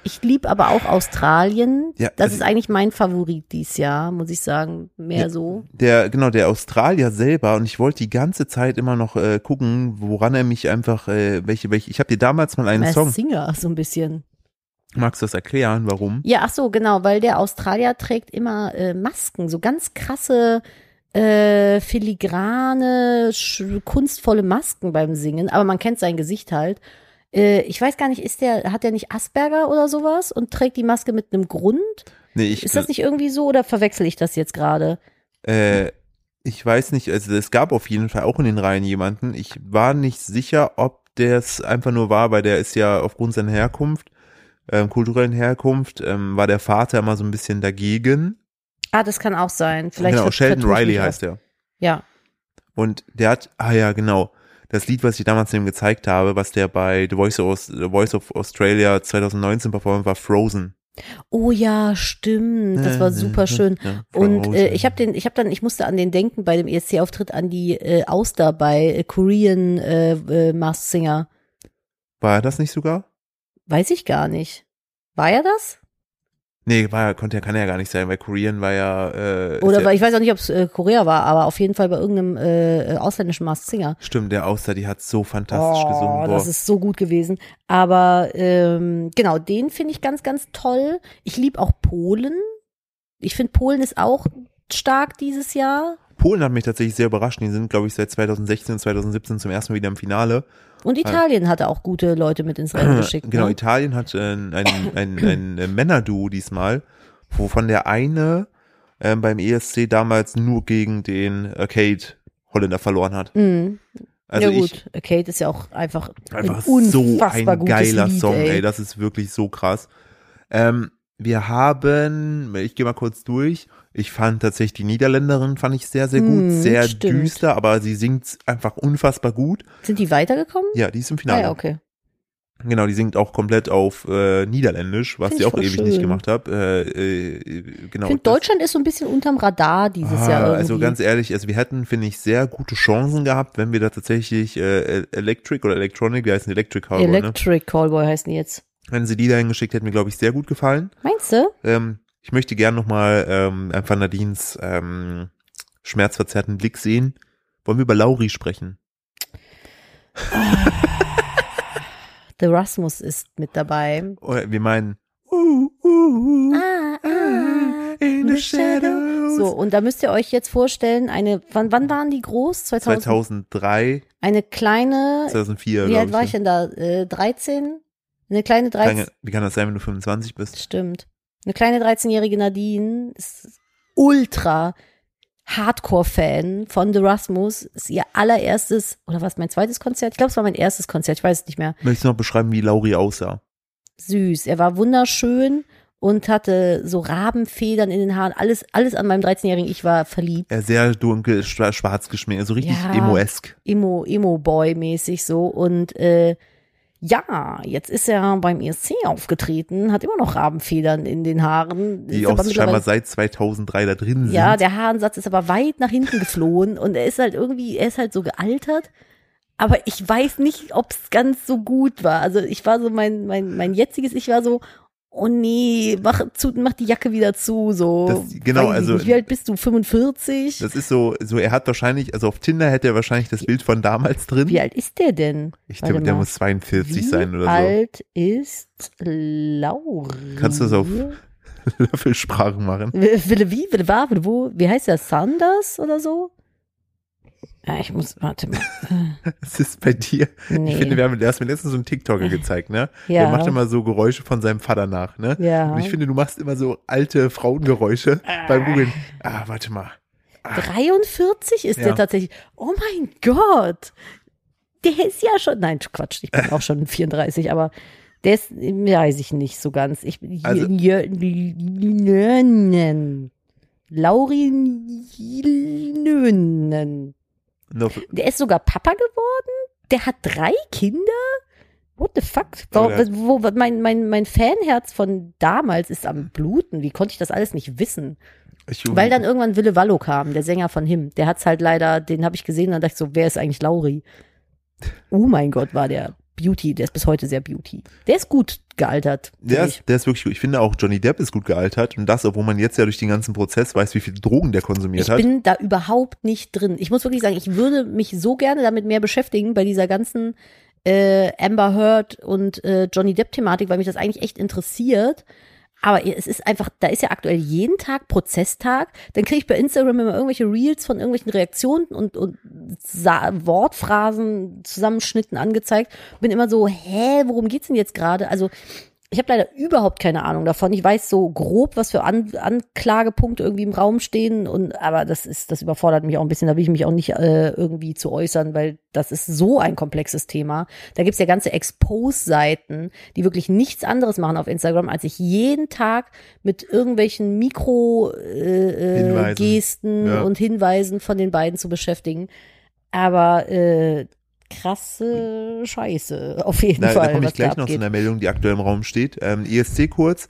Ich lieb aber auch Australien. Ja, das also- ist eigentlich mein Favorit dies Jahr, muss ich sagen. Mehr so. der, genau, der Australier selber, und ich wollte die ganze Zeit immer noch äh, gucken, woran er mich einfach, äh, welche, welche, ich habe dir damals mal einen Mehr Song, Singer, so ein bisschen. magst du das erklären, warum? Ja, ach so, genau, weil der Australier trägt immer äh, Masken, so ganz krasse äh, filigrane, sch- kunstvolle Masken beim Singen, aber man kennt sein Gesicht halt. Äh, ich weiß gar nicht, ist der, hat der nicht Asperger oder sowas und trägt die Maske mit einem Grund? Nee, ich, Ist das nicht irgendwie so oder verwechsel ich das jetzt gerade? äh, ich weiß nicht, also es gab auf jeden Fall auch in den Reihen jemanden. Ich war nicht sicher, ob der es einfach nur war, weil der ist ja aufgrund seiner Herkunft, ähm, kulturellen Herkunft, ähm, war der Vater immer so ein bisschen dagegen. Ah, das kann auch sein. Vielleicht genau, vert- Sheldon vertue ich Riley mich heißt er. auch. Ja. Und der hat, ah ja, genau, das Lied, was ich damals dem gezeigt habe, was der bei The Voice of, The Voice of Australia 2019 performt, war Frozen. Oh ja, stimmt. Das war super schön. Ja, Und äh, Frozen. ich habe den, ich habe dann, ich musste an den denken bei dem E ESC-Auftritt an die äh, Auster bei äh, Korean äh, äh, Masked Singer. War er das nicht sogar? Weiß ich gar nicht. War er das? Nee, war, konnte, kann ja gar nicht sein, weil Korean war ja. Äh, ist Oder ja, weil ich weiß auch nicht, ob es äh, Korea war, aber auf jeden Fall bei irgendeinem äh, äh, ausländischen Masked Singer. Stimmt, der Auster, die hat so fantastisch oh, gesungen. Boah. das ist so gut gewesen. Aber ähm, genau, den finde ich ganz, ganz toll. Ich liebe auch Polen. Ich finde Polen ist auch stark dieses Jahr. Polen hat mich tatsächlich sehr überrascht. Die sind, glaube ich, seit 2016, 2017 zum ersten Mal wieder im Finale. Und Italien hatte auch gute Leute mit ins Rennen geschickt. genau, ne? Italien hat äh, ein, ein, ein, ein, äh, Männerduo diesmal, wovon der eine ähm, beim ESC damals nur gegen den Arcade Holländer verloren hat. Mhm. Also ja ich gut, Kate ist ja auch einfach, einfach ein so unfassbar ein gutes geiler Lied, Song, ey. ey. das ist wirklich so krass. Ähm, wir haben, ich gehe mal kurz durch. Ich fand tatsächlich die Niederländerin fand ich sehr sehr gut, Hm, sehr stimmt. düster, aber sie singt einfach unfassbar gut. Sind die weitergekommen? Ja, die ist im Ah Finale. ja, okay. Genau, die singt auch komplett auf äh, Niederländisch, was Find sie ich auch voll ewig nicht schön. gemacht hat. Äh, äh, genau. Ich finde, das- Deutschland ist so ein bisschen unterm Radar dieses Ah, Jahr irgendwie. Also ganz ehrlich, also wir hätten, finde ich, sehr gute Chancen gehabt, wenn wir da tatsächlich äh, Electric oder Electronic, wie heißen die? Electric Cowboy, ne? Electric Callboy heißen die jetzt. Wenn sie die dahin geschickt hätten, mir, glaube ich, sehr gut gefallen. Meinst du? Ähm, ich möchte gern nochmal ähm, einfach Nadines ähm, schmerzverzerrten Blick sehen. Wollen wir über Lauri sprechen? The Rasmus ist mit dabei. Oder wir meinen uh, uh, uh, Ah, ah, in the shadows. So, und da müsst ihr euch jetzt vorstellen, eine, wann, wann waren die groß? 2000? 2003, Eine kleine, 2004, wie glaube alt ich. war ne? ich denn da? Äh, 13? Eine kleine 13? Lange, wie kann das sein, wenn du 25 bist? Stimmt. Eine kleine 13-jährige Nadine ist ultra Hardcore-Fan von The Rasmus. Ist ihr allererstes, oder was, mein zweites Konzert? Ich glaube, es war mein erstes Konzert, ich weiß es nicht mehr. Möchtest du noch beschreiben, wie Lauri aussah? Süß. Er war wunderschön und hatte so Rabenfedern in den Haaren. Alles, alles an meinem 13-jährigen Ich war verliebt. Er sehr dunkel, schwa- schwarz geschminkt, so richtig Ja. emo-esk. Emo, Emo-Boy-mäßig so. Und äh, ja, jetzt ist er beim ESC aufgetreten, hat immer noch Rabenfedern in den Haaren. Die Ist auch aber mittlerweile- scheinbar seit 2003 da drin Ja, sind. der Haarensatz ist aber weit nach hinten geflohen und er ist halt irgendwie, er ist halt so gealtert. Aber ich weiß nicht, ob es ganz so gut war. Also ich war so, mein, mein, mein jetziges Ich war so, oh nee, mach, zu, mach die Jacke wieder zu, so. Das- genau, ich also- Nicht. Wie alt bist du? 45? Das ist so, so, er hat wahrscheinlich, also auf Tinder hätte er wahrscheinlich das Bild von damals drin. Wie alt ist der denn? Ich Warte glaube, der mal. muss 42 Wie sein oder alt ist Lauri? Kannst du das auf- so. Löffelsprachen machen. Wille wie, wille war, wille wo? Wie heißt der? Sanders oder so? Ja, ich muss, warte mal. Das ist bei dir. Nee. Ich finde, wir haben, du hast mir letztens so einen TikToker gezeigt, ne? Ja. Der macht immer so Geräusche von seinem Vater nach, ne? Ja. Und ich finde, du machst immer so alte Frauengeräusche beim Googeln. Ah, warte mal. 43 ist Ja. der tatsächlich. Oh mein Gott. Der ist ja schon, nein, Quatsch, ich bin auch schon 34, aber der ist, weiß ich nicht so ganz. Ich bin Also- Jönnen. Laurin Jönnen. Noch, Der ist sogar Papa geworden? Der hat drei Kinder? What the fuck? Wo, Oder- wo, wo, mein, mein, mein Fanherz von damals ist am Bluten. Wie konnte ich das alles nicht wissen? ich, Weil dann irgendwann Wille Wallo kam, der Sänger von Him. Der hat's halt leider, den habe ich gesehen und dann dachte ich so, wer ist eigentlich Lauri? Oh mein Gott, war der Beauty, der ist bis heute sehr Beauty. Der ist gut gealtert. find Der ich. ist, der ist wirklich gut. Ich finde auch, Johnny Depp ist gut gealtert. Und das, obwohl man jetzt ja durch den ganzen Prozess weiß, wie viel Drogen der konsumiert Ich hat. bin da überhaupt nicht drin. Ich muss wirklich sagen, ich würde mich so gerne damit mehr beschäftigen bei dieser ganzen äh, Amber Heard und äh, Johnny Depp Thematik, weil mich das eigentlich echt interessiert. Aber es ist einfach, da ist ja aktuell jeden Tag Prozesstag. Dann kriege ich bei Instagram immer irgendwelche Reels von irgendwelchen Reaktionen und, und Sa Wortphrasen, Zusammenschnitten angezeigt. Bin immer so, hä, worum geht's denn jetzt gerade? Also ich habe leider überhaupt keine Ahnung davon. Ich weiß so grob, was für An Anklagepunkte irgendwie im Raum stehen und aber das ist, das überfordert mich auch ein bisschen. Da will ich mich auch nicht äh, irgendwie zu äußern, weil das ist so ein komplexes Thema. Da gibt's ja ganze Expose-Seiten, die wirklich nichts anderes machen auf Instagram, als sich jeden Tag mit irgendwelchen Mikro-Gesten äh, Gesten Ja. und Hinweisen von den beiden zu beschäftigen. Aber äh, krasse Scheiße auf jeden Da, Fall. da komme was ich gleich da noch zu abgeht. einer Meldung, die aktuell im Raum steht. Ähm, ESC kurz.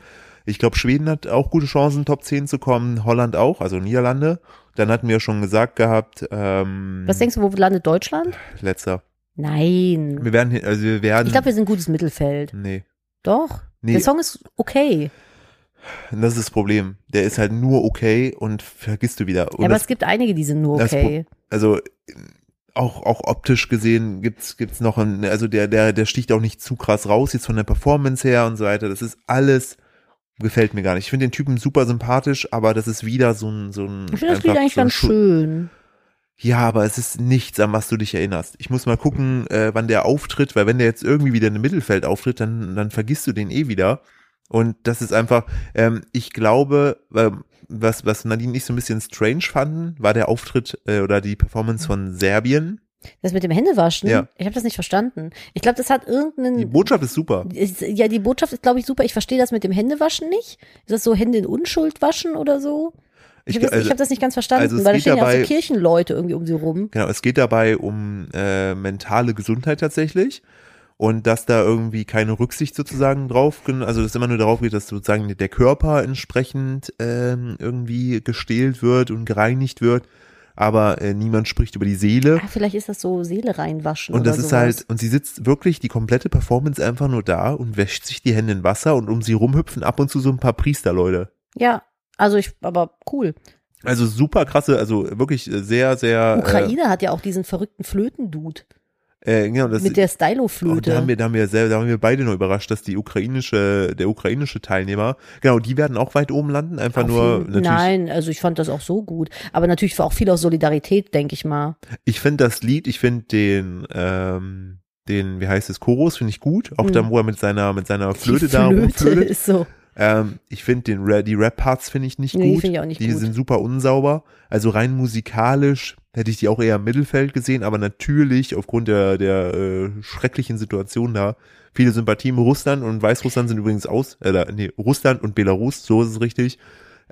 Ich glaube, Schweden hat auch gute Chancen, Top 10 zu kommen. Holland auch, also Niederlande. Dann hatten wir schon gesagt gehabt, ähm, Was denkst du, wo landet Deutschland? letzter. Nein. Wir werden, hier- also wir werden. Ich glaube, wir sind gutes Mittelfeld. nee, Doch. nee, Der Song ist okay. das ist das Problem. Der ist halt nur okay und vergisst du wieder. Und ja, aber das, es gibt einige, die sind nur das okay. also auch, auch optisch gesehen gibt's gibt's noch einen, also der der der sticht auch nicht zu krass raus jetzt von der Performance her und so weiter. Das ist alles gefällt mir gar nicht. Ich finde den Typen super sympathisch, aber das ist wieder so ein so ein Ich finde das einfach Lied eigentlich so ein ganz Schu- schön. Ja, aber es ist nichts, an was du dich erinnerst. Ich muss mal gucken, äh, wann der auftritt, weil wenn der jetzt irgendwie wieder im Mittelfeld auftritt, dann, dann vergisst du den eh wieder. Und das ist einfach, ähm, ich glaube, ähm, was, was Nadine nicht so ein bisschen strange fanden, war der Auftritt äh, oder die Mhm. Performance von Serbien. Das mit dem Händewaschen, Ja. ich habe das nicht verstanden. Ich glaube, das hat irgendeinen. Die Botschaft ist super. Ist- ja, die Botschaft ist, glaube ich, super. Ich verstehe das mit dem Händewaschen nicht. Ist das so Hände in Unschuld waschen oder so? Ich, Ich, habe das, ich also, hab das nicht ganz verstanden, also es weil da geht stehen ja auch so dabei- Kirchenleute irgendwie um sie rum. genau, es geht dabei um äh, mentale Gesundheit tatsächlich. Und dass da irgendwie keine Rücksicht sozusagen drauf, gen- also dass immer nur darauf geht, dass sozusagen der Körper entsprechend ähm, irgendwie gestählt wird und gereinigt wird, aber äh, niemand spricht über die Seele. Ah, vielleicht ist das so Seele reinwaschen. Und oder das ist sowas. halt, und sie sitzt wirklich die komplette Performance einfach nur da und wäscht sich die Hände in Wasser und um sie rumhüpfen ab und zu so ein paar Priesterleute. Ja, also ich, aber cool. Also super krasse, also wirklich äh, sehr, sehr. Ukraine hat ja auch diesen verrückten Flötendude Äh, äh, genau, das, mit der Oh, da Stylo-Flöte. haben wir, da haben wir selber, da haben wir beide nur überrascht, dass die ukrainische, der ukrainische Teilnehmer, genau, die werden auch weit oben landen, einfach Auf nur jeden- natürlich. Nein, also ich fand das auch so gut. Aber natürlich war auch viel aus Solidarität, denke ich mal. Ich finde das Lied, ich finde den, ähm, den, wie heißt es, Chorus, finde ich gut. Auch Mhm. dann, wo er mit seiner, mit seiner Flöte, Die da Flöte rumflötet. ist so. Ähm, ich finde den, Ra- die Rap-Parts finde ich nicht Nee, die gut. finde ich auch nicht die gut. sind super unsauber. Also rein musikalisch hätte ich die auch eher im Mittelfeld gesehen, aber natürlich aufgrund der, der äh, schrecklichen Situation da viele Sympathien mit Russland und Weißrussland sind übrigens aus, äh, nee, Russland und Belarus, so ist es richtig,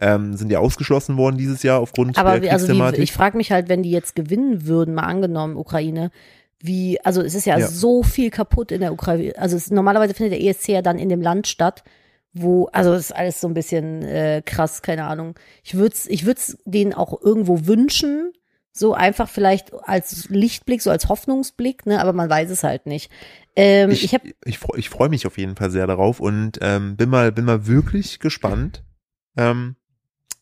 ähm, sind ja ausgeschlossen worden dieses Jahr aufgrund Aber wie, der also wie, Kriegsthematik. ich frage mich halt, wenn die jetzt gewinnen würden, mal angenommen, Ukraine, wie, also es ist ja, Ja. so viel kaputt in der Ukraine. Also es, normalerweise findet der ESC ja dann in dem Land statt, wo, also es ist alles so ein bisschen äh, krass, keine Ahnung. Ich würde es ich würd's denen auch irgendwo wünschen, so einfach vielleicht als Lichtblick, so als Hoffnungsblick, ne? aber man weiß es halt nicht. Ähm, ich ich, ich habe ich, freu- ich freue mich auf jeden Fall sehr darauf und ähm, bin mal bin mal wirklich gespannt, ähm,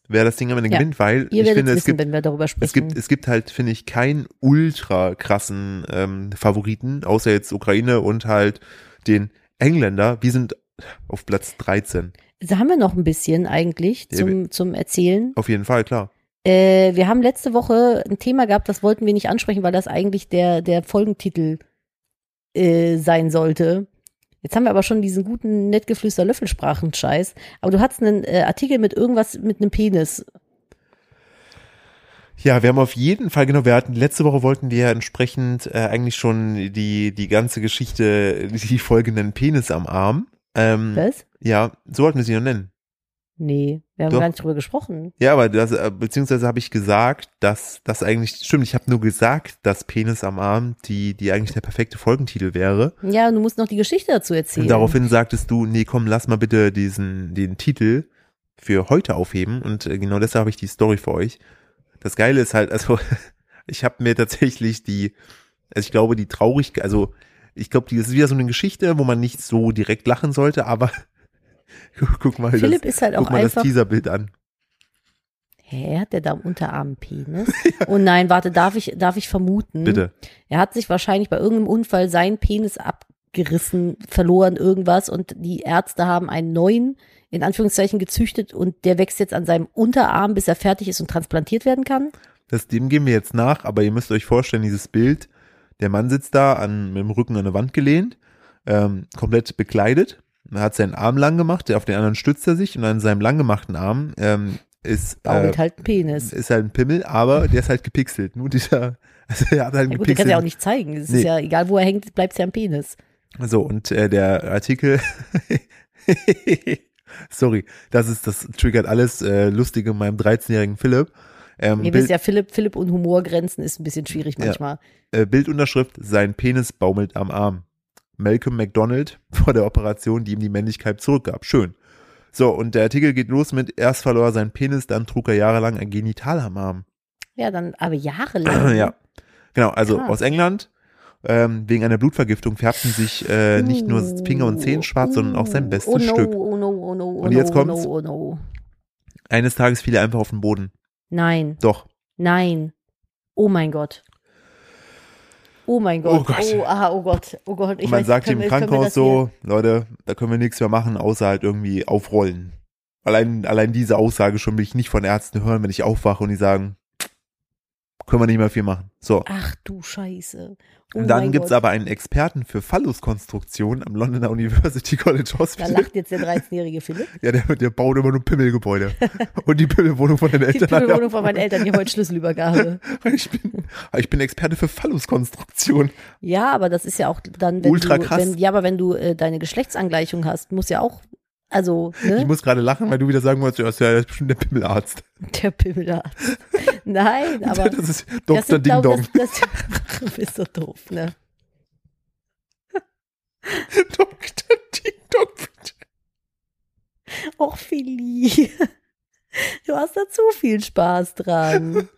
wer das Ding am Ende Ja. gewinnt, weil Ihr ich werdet finde, wissen, es gibt wenn wir darüber sprechen. Es gibt, es gibt halt, finde ich, keinen ultra krassen ähm, Favoriten, außer jetzt Ukraine und halt den Engländer. Wir sind auf Platz 13. da haben wir noch ein bisschen eigentlich Ja, zum, zum Erzählen. Auf jeden Fall, klar. Äh, wir haben letzte Woche ein Thema gehabt, das wollten wir nicht ansprechen, weil das eigentlich der, der Folgentitel äh, sein sollte. Jetzt haben wir aber schon diesen guten, nett geflüster Löffelsprachen-Scheiß. Aber du hattest einen äh, Artikel mit irgendwas, mit einem Penis. Ja, wir haben auf jeden Fall, genau, wir hatten, letzte Woche wollten wir entsprechend äh, eigentlich schon die, die ganze Geschichte, die folgenden Penis am Arm. Ähm, Was? ja, so wollten wir sie noch nennen. Nee, wir haben Doch. gar nicht drüber gesprochen. Ja, aber das, äh, beziehungsweise habe ich gesagt, dass das eigentlich, stimmt, ich habe nur gesagt, dass Penis am Arm, die, die eigentlich der perfekte Folgentitel wäre. Ja, du musst noch die Geschichte dazu erzählen. Und daraufhin sagtest du, nee, komm, lass mal bitte diesen, den Titel für heute aufheben. Und äh, genau deshalb habe ich die Story für euch. Das Geile ist halt, also ich habe mir tatsächlich die, also ich glaube, die Traurigkeit, also ich glaube, die- das ist wieder so eine Geschichte, wo man nicht so direkt lachen sollte, aber guck, guck mal, das, Philipp ist halt auch guck mal das einfach. Teaserbild an. Hä, hat der da am Unterarm einen Penis? Oh nein, warte, darf ich, darf ich vermuten? Bitte. Er hat sich wahrscheinlich bei irgendeinem Unfall seinen Penis abgerissen, verloren, irgendwas und die Ärzte haben einen neuen in Anführungszeichen gezüchtet und der wächst jetzt an seinem Unterarm, bis er fertig ist und transplantiert werden kann? Das, dem gehen wir jetzt nach, aber ihr müsst euch vorstellen, dieses Bild, der Mann sitzt da an, mit dem Rücken an eine Wand gelehnt, ähm, komplett bekleidet. Er hat seinen Arm lang gemacht, der auf den anderen stützt er sich und an seinem lang gemachten Arm ähm, ist, äh, Baumelt halt ein Penis. ist halt ein Pimmel, aber der ist halt gepixelt. Nur dieser, also er hat halt Ja einen gut, den kannst du ja auch gepixelten nicht zeigen. Es Nee. ist ja egal, wo er hängt, bleibt es ja ein Penis. So, und äh, der Artikel. Sorry, das ist, das triggert alles äh, Lustige in meinem 13-jährigen Philipp. Ähm, Ihr Bild, wisst ja, Philipp, Philipp und Humorgrenzen ist ein bisschen schwierig Ja. manchmal. äh, Bildunterschrift, sein Penis baumelt am Arm. Malcolm McDonald vor der Operation, die ihm die Männlichkeit zurückgab. Schön. So, und der Artikel geht los mit, erst verlor er seinen Penis, dann trug er jahrelang ein Genital am Arm. Ja, dann aber jahrelang. ja, genau, also Krass. aus England. Ähm, wegen einer Blutvergiftung färbten sich äh, nicht nur Finger und Zehen schwarz, sondern auch sein Uh, bestes oh no, Stück. Oh no, oh no, oh Und jetzt no, oh kommt's. no, oh no. Eines Tages fiel er einfach auf den Boden. Nein, Doch. nein. Oh mein Gott. Oh mein Gott. Oh Gott. Oh, aha, oh Gott. Oh Gott. Ich und man weiß, sagt können ihm im wir- können wir Krankenhaus das hier- so, Leute, da können wir nichts mehr machen, außer halt irgendwie aufrollen. Allein, allein diese Aussage schon will ich nicht von Ärzten hören, wenn ich aufwache und die sagen, können wir nicht mehr viel machen. So. Ach du Scheiße. Oh Und dann mein gibt's Gott. aber einen Experten für Phalluskonstruktion am Londoner University College Da Hospital. lacht jetzt der 13-jährige Philipp. Ja, der, der baut immer nur Pimmelgebäude. und die Pimmelwohnung von den Die Eltern. hat er Wohnung von meinen Eltern, die heute Schlüsselübergabe. auch. ich, bin, ich bin Experte für Phalluskonstruktion. Ja, aber das ist ja auch dann, wenn Ultra du, krass. Wenn, ja, aber wenn du äh, deine Geschlechtsangleichung hast, muss ja auch, also, Ich ne, muss gerade lachen, weil du wieder sagen wolltest, ja, das ist bestimmt der Pimmelarzt. der Pimmelarzt. Nein, aber das ist das Dr. sind, Ding glaub- Dong. Das, das, du bist so doof, ne? Dr. Ding Dong, bitte. Och, Philly. Du hast da zu viel Spaß dran.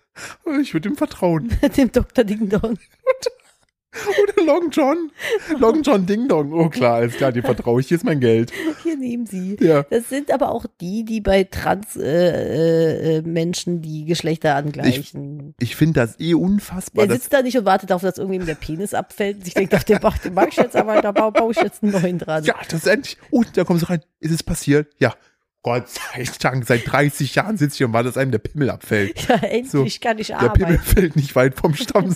Ich würde ihm vertrauen. Dem Dr. Ding Dong. Oder Long John. Long John Ding Dong. Oh klar, alles klar, dir vertraue ich. Hier ist mein Geld. Hier nehmen sie. Ja. Das sind aber auch die, die bei Trans-Menschen äh, äh, Menschen die Geschlechter angleichen. Ich finde das eh unfassbar. Er Dass, sitzt da nicht und wartet darauf, dass irgendwem der Penis abfällt. und Sich denkt, auf den Bach, den mag ich jetzt, aber da baue, baue ich jetzt einen neuen dran. ja, das ist endlich. Und da kommst du rein. Ist es passiert? Ja. Gott sei Dank, seit 30 Jahren sitze ich und warte, dass einem der Pimmel abfällt. Ja, endlich kann ich Der Pimmel arbeiten. fällt nicht weit vom Stamm.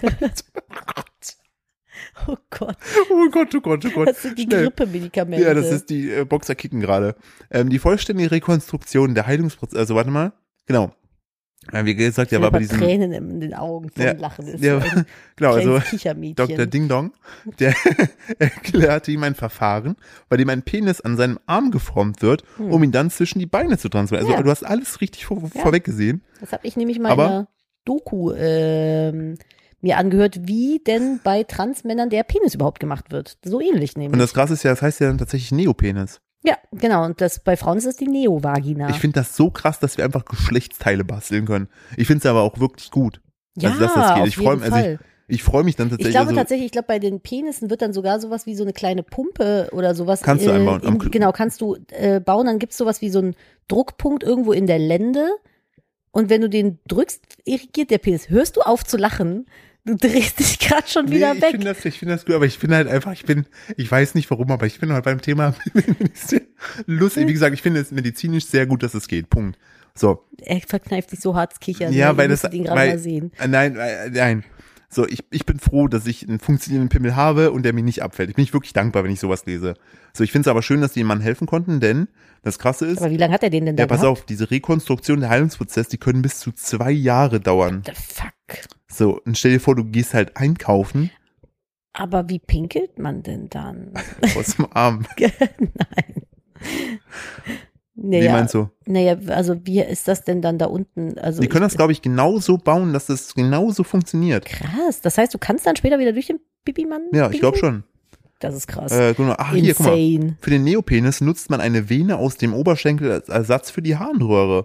Oh Gott, Oh Gott, oh Gott, oh Gott. das sind die Schnell. Grippemedikamente. Ja, das ist die äh, Boxer kicken gerade. Ähm, die vollständige Rekonstruktion der Heilungsprozess. Also warte mal, genau. Äh, wie gesagt, der Philipp war bei hat diesem. Tränen in den Augen vom Ja, Lachen. Das Ist Ja, so ein genau, also kleines Kichermädchen. Dr. Ding Dong, der erklärte ihm ein Verfahren, bei dem ein Penis an seinem Arm geformt wird, um ihn dann zwischen die Beine zu transportieren. Also Hm. Ja. du hast alles richtig vor, Ja. vorweg gesehen. Das habe ich nämlich mal in Aber- einer Doku ähm, mir angehört, wie denn bei Transmännern der Penis überhaupt gemacht wird. So ähnlich Und nämlich. das Krasse ist ja, das heißt ja dann tatsächlich Neopenis. Ja, genau. Und das bei Frauen ist das die Neovagina. Ich finde das so krass, dass wir einfach Geschlechtsteile basteln können. Ich finde es aber auch wirklich gut. ja, also, dass das geht. auf Ich freu- jeden also ich- Fall. Ich freue mich dann Ich tatsächlich. glaube also, tatsächlich, ich glaube, bei den Penissen wird dann sogar sowas wie so eine kleine Pumpe oder sowas. Kannst du einbauen, am In, Kl- genau, kannst du äh, bauen. Dann gibt's sowas wie so einen Druckpunkt irgendwo in der Lende. Und wenn du den drückst, irrigiert der Penis. Hörst du auf zu lachen? Du drehst dich gerade schon wieder ich weg. Find das, ich finde das gut, aber ich bin halt einfach, ich bin, ich weiß nicht warum, aber ich bin halt beim Thema Hm. lustig. Wie gesagt, ich finde es medizinisch sehr gut, dass es geht. Punkt. So. Er verkneift sich so hart kichern. Ja, weil das- ne, den gerade weil- mal sehen. Äh, Nein, äh, nein. So, ich, ich bin froh, dass ich einen funktionierenden Pimmel habe und der mir nicht abfällt. Ich bin ich wirklich dankbar, wenn ich sowas lese. So, ich finde es aber schön, dass die dem Mann helfen konnten, denn das Krasse ist, Aber wie lange hat er den denn da ja, pass gehabt? auf, diese Rekonstruktion, der Heilungsprozess, die können bis zu zwei Jahre dauern. The fuck. So, und stell dir vor, du gehst halt einkaufen Aber wie pinkelt man denn dann? aus dem Arm. Nein. Wie Naja, meinst du? naja, also wie ist das denn dann da unten? Also Die können ich- das, glaube ich, genauso bauen, dass das genauso funktioniert. Krass. Das heißt, du kannst dann später wieder durch den Pipi-Mann? Ja, ich glaube schon. Das ist krass. Äh, genau. Ach, hier, guck mal. Insane. Für den Neopenis nutzt man eine Vene aus dem Oberschenkel als Ersatz für die Harnröhre.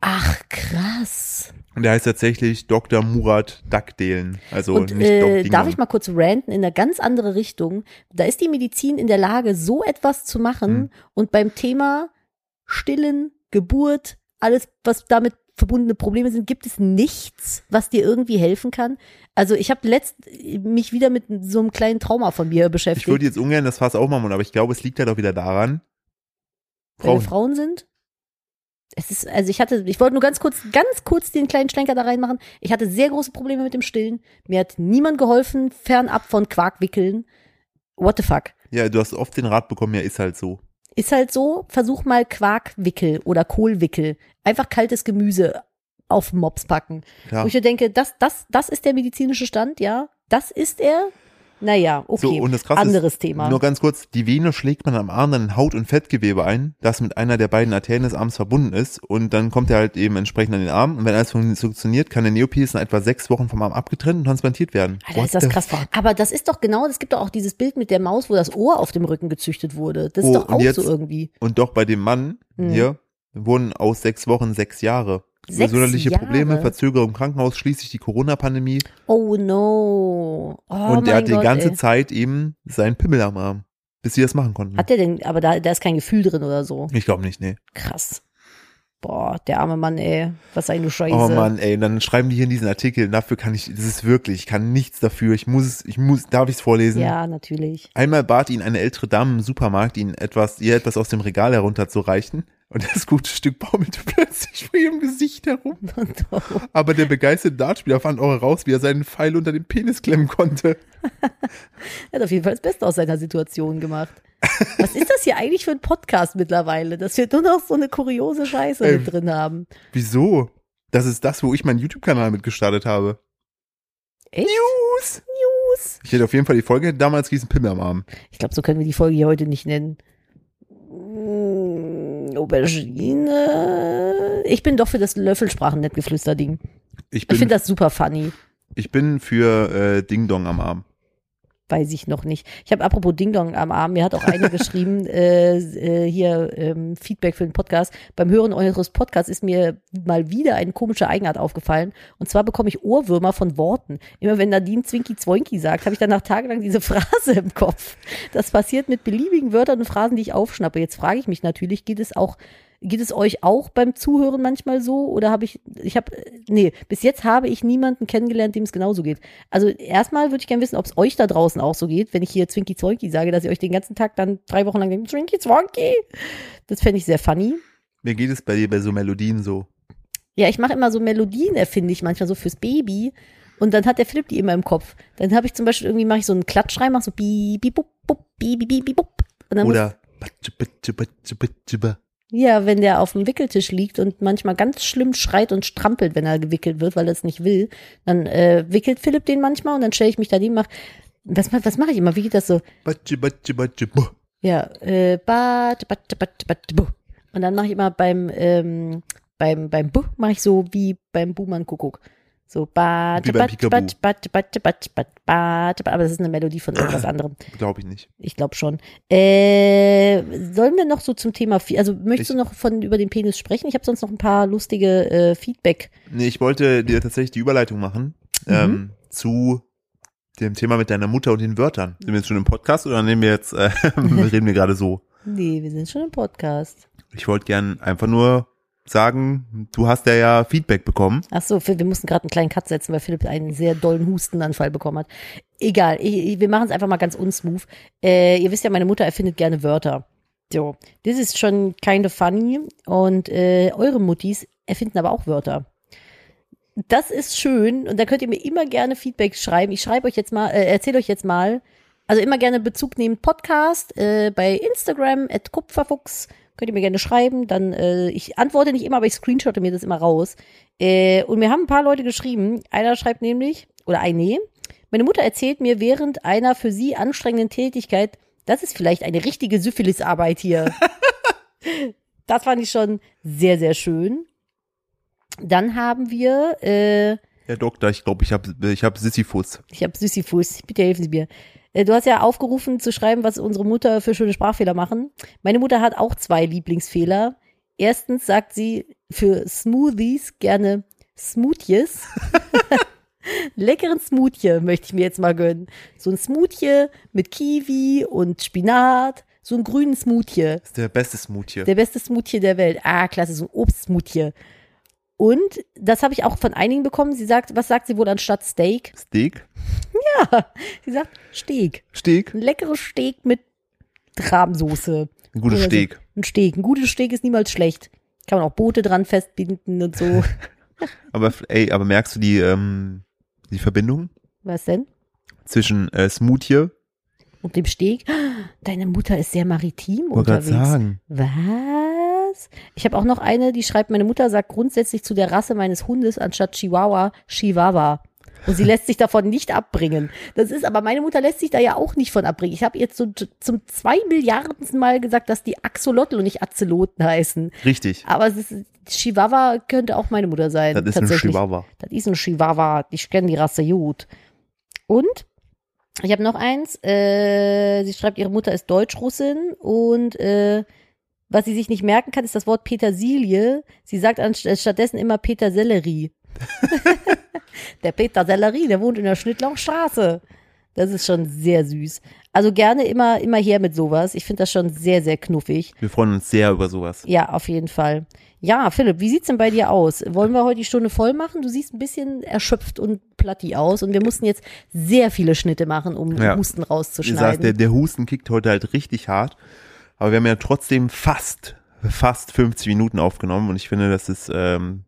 Ach, krass. Und der heißt tatsächlich Dr. Murat Dakdelen. Also Und nicht äh, Doc Ding darf Dong. ich mal kurz ranten in eine ganz andere Richtung? Da ist die Medizin in der Lage, so etwas zu machen Hm. und beim Thema Stillen, Geburt, alles, was damit verbundene Probleme sind, gibt es nichts, was dir irgendwie helfen kann. Also ich habe letzt mich wieder mit so einem kleinen Trauma von mir Ich beschäftigt. würde jetzt ungern das Fass aufmachen, aber ich glaube, es liegt halt auch wieder daran, Frauen. Frauen. Frauen sind. Es ist, also ich hatte, ich wollte nur ganz kurz, ganz kurz den kleinen Schlenker da reinmachen. Ich hatte sehr große Probleme mit dem Stillen. Mir hat niemand geholfen, fernab von Quarkwickeln. What the fuck? Ja, du hast oft den Rat bekommen, ja, ist halt so. Ist halt so, versuch mal Quarkwickel oder Kohlwickel. Einfach kaltes Gemüse auf Mops packen. Klar. Wo ich mir denke, das, das, das ist der medizinische Stand, ja? Das ist er? Naja, okay. So, und das Krasse Anderes ist, Thema. Nur ganz kurz, die Vene schlägt man am anderen Haut- und Fettgewebe ein, das mit einer der beiden Arterien des Arms verbunden ist und dann kommt er halt eben entsprechend an den Arm und wenn alles funktioniert, kann der Neopies in etwa sechs Wochen vom Arm abgetrennt und transplantiert werden. Alter, What ist das the krass. fuck? Aber das ist doch genau, es gibt doch auch dieses Bild mit der Maus, wo das Ohr auf dem Rücken gezüchtet wurde. Das ist Oh, doch und auch jetzt- so irgendwie. Und doch bei dem Mann Mhm. hier wurden aus sechs Wochen sechs Jahre. Sechs Gesundheitliche Probleme, Jahre? Verzögerung im Krankenhaus, schließlich die Corona-Pandemie Oh no. Oh und mein er hat die Gott, ganze ey. Zeit eben seinen Pimmel am Arm, bis sie das machen konnten. Hat der denn, aber da, da ist kein Gefühl drin oder so. ich glaube nicht, nee. Krass. Boah, der arme Mann, ey. Was sei nur Scheiße. Oh Mann, ey, dann schreiben die hier in diesen Artikel, dafür kann ich, das ist wirklich, ich kann nichts dafür, ich muss es, ich muss, darf ich es vorlesen? Ja, natürlich. Einmal bat ihn eine ältere Dame im Supermarkt, ihn etwas, ihr etwas aus dem Regal herunterzureichen und das gute Stück baumelte plötzlich vor ihrem Gesicht herum. Aber der begeisterte Dartspieler fand auch heraus, wie er seinen Pfeil unter den Penis klemmen konnte. Er hat auf jeden Fall das Beste aus seiner Situation gemacht. Was ist das hier eigentlich für ein Podcast mittlerweile, dass wir nur noch so eine kuriose Scheiße Ey. mit drin haben? Wieso? Das ist das, wo ich meinen YouTube-Kanal mit gestartet habe. Echt? News! News. Ich hätte auf jeden Fall die Folge, damals hieß ein Pimmel am Arm. Ich glaube, so können wir die Folge hier heute nicht nennen. Mm, Aubergine. Ich bin doch für das Löffelsprachen nett geflüster Ding. Ich Ich bin, finde das super funny. ich bin für äh, Ding Dong am Arm. Weiß ich noch nicht. Ich habe apropos Ding Dong am Arm, mir hat auch eine geschrieben, äh, äh, hier ähm, Feedback für den Podcast. Beim Hören eures Podcasts ist mir mal wieder eine komische Eigenart aufgefallen. Und zwar bekomme ich Ohrwürmer von Worten. Immer wenn Nadine Zwinki Zwoinki sagt, habe ich danach tagelang diese Phrase im Kopf. Das passiert mit beliebigen Wörtern und Phrasen, die ich aufschnappe. Jetzt frage ich mich natürlich, geht es auch Geht es euch auch beim Zuhören manchmal so? Oder habe ich, ich habe, nee, bis jetzt habe ich niemanden kennengelernt, dem es genauso geht. Also erstmal würde ich gerne wissen, ob es euch da draußen auch so geht, wenn ich hier Zwinki Zwonki sage, dass ihr euch den ganzen Tag dann drei Wochen lang denkt, Zwinki Zwonki. Das fände ich sehr funny. Mir geht es bei dir bei so Melodien so. Ja, ich mache immer so Melodien, erfinde ich manchmal so fürs Baby. Und dann hat der Philipp die immer im Kopf. Dann habe ich zum Beispiel irgendwie, mache ich so einen Klatschschrei, mache so bi, bi, bup, bup, bi, bi, bi, bi, bup. Und dann muss Oder Batsche, Batsche, Batsche, Batsche, ba. Ja, wenn der auf dem Wickeltisch liegt und manchmal ganz schlimm schreit und strampelt, wenn er gewickelt wird, weil er es nicht will, dann äh, wickelt Philipp den manchmal und dann stelle ich mich daneben, mach, was, ma- was mache ich immer? Wie geht das so? Batsche, Batsche, Batsche, ba. Ja, äh, bat, bat, bat, bat, buh. Und dann mache ich immer beim, ähm, beim, beim Buh, mache ich so wie beim Buhmann Kuckuck. So, bat, Wie beim bat, Peekaboo. bat, bat, bat, bat, bat, bat, aber das ist eine Melodie von irgendwas anderem. Glaube ich nicht. Ich glaube schon. Äh, sollen wir noch so zum Thema, Fe- also möchtest Ich- du noch von über den Penis sprechen? Ich habe sonst noch ein paar lustige äh, Feedback. Nee, ich wollte dir tatsächlich die Überleitung machen Mhm. ähm, zu dem Thema mit deiner Mutter und den Wörtern. Sind wir jetzt schon im Podcast oder nehmen wir jetzt, äh, reden wir gerade so? Nee, wir sind schon im Podcast. Ich wollte gern einfach nur sagen, du hast ja ja Feedback bekommen. Ach so, Phil, wir mussten gerade einen kleinen Cut setzen, weil Philipp einen sehr dollen Hustenanfall bekommen hat. Egal, ich, ich, wir machen es einfach mal ganz unsmooth. Äh, ihr wisst ja, meine Mutter erfindet gerne Wörter. So, das ist schon kind of funny. Und äh, eure Muttis erfinden aber auch Wörter. Das ist schön und da könnt ihr mir immer gerne Feedback schreiben. Ich schreibe euch jetzt mal, äh, erzähle euch jetzt mal, also immer gerne Bezug nehmen Podcast äh, bei Instagram at Kupferfuchs. Könnt ihr mir gerne schreiben, dann äh, ich antworte nicht immer, aber ich screenshotte mir das immer raus. Äh, und mir haben ein paar Leute geschrieben. Einer schreibt nämlich, oder eine, meine Mutter erzählt mir während einer für sie anstrengenden Tätigkeit, das ist vielleicht eine richtige Syphilisarbeit hier. das fand ich schon sehr, sehr schön. Dann haben wir, äh, Herr Doktor, ich glaube, ich habe ich hab Sisyphus. ich habe Sisyphus, bitte helfen Sie mir. Äh, Du hast ja aufgerufen zu schreiben, was unsere Mutter für schöne Sprachfehler machen. Meine Mutter hat auch zwei Lieblingsfehler. Erstens sagt sie für Smoothies gerne Smoothies. Leckeren Smoothie möchte ich mir jetzt mal gönnen. So ein Smoothie mit Kiwi und Spinat. So einen grünen Smoothie. Das ist der beste Smoothie. Der beste Smoothie der Welt. Ah, klasse, so ein Obstsmoothie. Und das habe ich auch von einigen bekommen. Sie sagt, was sagt sie wohl anstatt Steak? Steak? Sie sagt Steak. Steak? Ein leckeres Steak mit Rahmsoße. Ein gutes Oder so. Steak. Ein Steg. Ein gutes Steg ist niemals schlecht. Kann man auch Boote dran festbinden und so. Aber ey, aber merkst du die, ähm, die Verbindung Was denn? zwischen äh, Smoothie? Und dem Steg. Deine Mutter ist sehr maritim Wollte gerade unterwegs. sagen. Was? Ich habe auch noch eine, die schreibt, meine Mutter sagt grundsätzlich zu der Rasse meines Hundes anstatt Chihuahua Chihuahua. Und sie lässt sich davon nicht abbringen. Das ist aber, meine Mutter lässt sich da ja auch nicht von abbringen. Ich habe ihr zu, zum zwei Milliardensten Mal gesagt, dass die Axolotl und nicht Azeloten heißen. Richtig. Aber es ist, Chihuahua könnte auch meine Mutter sein. Das ist ein tatsächlich. Chihuahua. Das ist ein Chihuahua. Ich kenne die Rasse gut. Und ich habe noch eins. Äh, sie schreibt, ihre Mutter ist Deutschrussin und äh, was sie sich nicht merken kann, ist das Wort Petersilie. Sie sagt anst äh, stattdessen immer Petersellerie. der Petersellerie, der wohnt in der Schnittlanger Straße. Das ist schon sehr süß. Also gerne immer, immer her mit sowas. Ich finde das schon sehr, sehr knuffig. Wir freuen uns sehr über sowas. Ja, auf jeden Fall. Ja, Philipp, wie sieht's denn bei dir aus? Wollen wir heute die Stunde voll machen? Du siehst ein bisschen erschöpft und platti aus und wir mussten jetzt sehr viele Schnitte machen, um Ja. Husten Wie gesagt, der, rauszuschneiden. der Husten kickt heute halt richtig hart. Aber wir haben ja trotzdem fast, fast 50 Minuten aufgenommen und ich finde, das ist, ähm,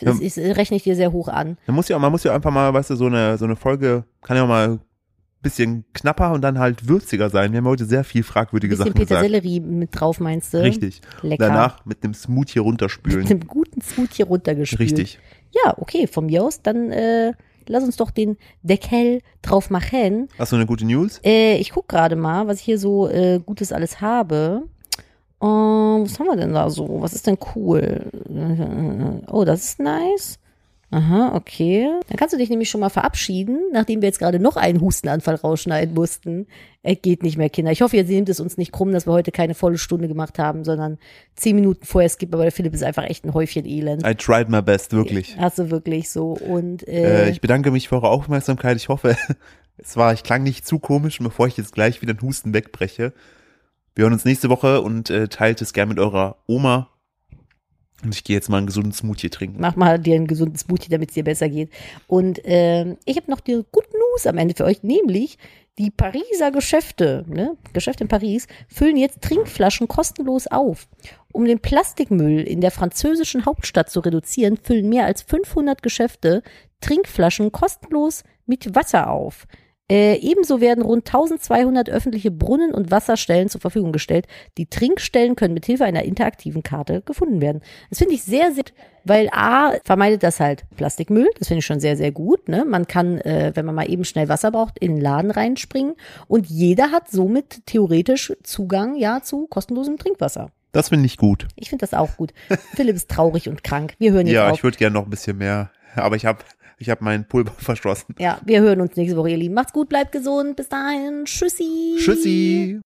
Das ist, äh, rechne ich dir sehr hoch an. man muss ja, man muss ja einfach mal, weißt du, so eine, so eine Folge kann ja auch mal ein bisschen knapper und dann halt würziger sein. Wir haben heute sehr viel Ein fragwürdige bisschen Sachen gesagt. Petersellerie mit drauf, meinst du? Richtig. Lecker. Danach mit einem Smoothie runterspülen. Mit einem guten Smoothie hier runtergespült. Richtig. Ja, okay, von mir aus. Dann äh, lass uns doch den Deckel drauf machen. Hast du eine gute News? Äh, ich guck gerade mal, was ich hier so äh, Gutes alles habe. Ähm, was haben wir denn da so? Was ist denn cool? Äh, Oh, das ist nice. Aha, okay. Dann kannst du dich nämlich schon mal verabschieden, nachdem wir jetzt gerade noch einen Hustenanfall rausschneiden mussten. Es geht nicht mehr, Kinder. Ich hoffe, ihr nehmt es uns nicht krumm, dass wir heute keine volle Stunde gemacht haben, sondern zehn Minuten vorher skippen, aber der Philipp ist einfach echt ein Häufchen Elend. I tried my best, Äh, wirklich. Hast du wirklich so. Und Äh, äh, ich bedanke mich für eure Aufmerksamkeit. Ich hoffe, es war, ich klang nicht zu komisch. Und bevor ich jetzt gleich wieder den Husten wegbreche, wir hören uns nächste Woche und äh, teilt es gern mit eurer Oma. Und ich gehe jetzt mal einen gesunden Smoothie trinken. mach mal dir ein gesundes Smoothie, damit es dir besser geht. Und ähm, ich habe noch die guten News am Ende für euch, nämlich die Pariser Geschäfte, ne? Geschäfte in Paris, füllen jetzt Trinkflaschen kostenlos auf. Um den Plastikmüll in der französischen Hauptstadt zu reduzieren, füllen mehr als 500 Geschäfte Trinkflaschen kostenlos mit Wasser auf. Äh, ebenso werden rund 1200 öffentliche Brunnen und Wasserstellen zur Verfügung gestellt. Die Trinkstellen können mithilfe einer interaktiven Karte gefunden werden. Das finde ich sehr, sehr, weil A, vermeidet das halt Plastikmüll. Das finde ich schon sehr, sehr gut. Ne? Man kann, äh, wenn man mal eben schnell Wasser braucht, in den Laden reinspringen. Und jeder hat somit theoretisch Zugang, ja, zu kostenlosem Trinkwasser. Das finde ich gut. Ich finde das auch gut. Philipp ist traurig und krank. Wir hören jetzt Ja, auf. ich würde gern noch ein bisschen mehr. Aber ich habe ich hab meinen Pulver verschlossen. Ja, wir hören uns nächste Woche, ihr Lieben. Macht's gut, bleibt gesund. Bis dahin. Tschüssi. Tschüssi.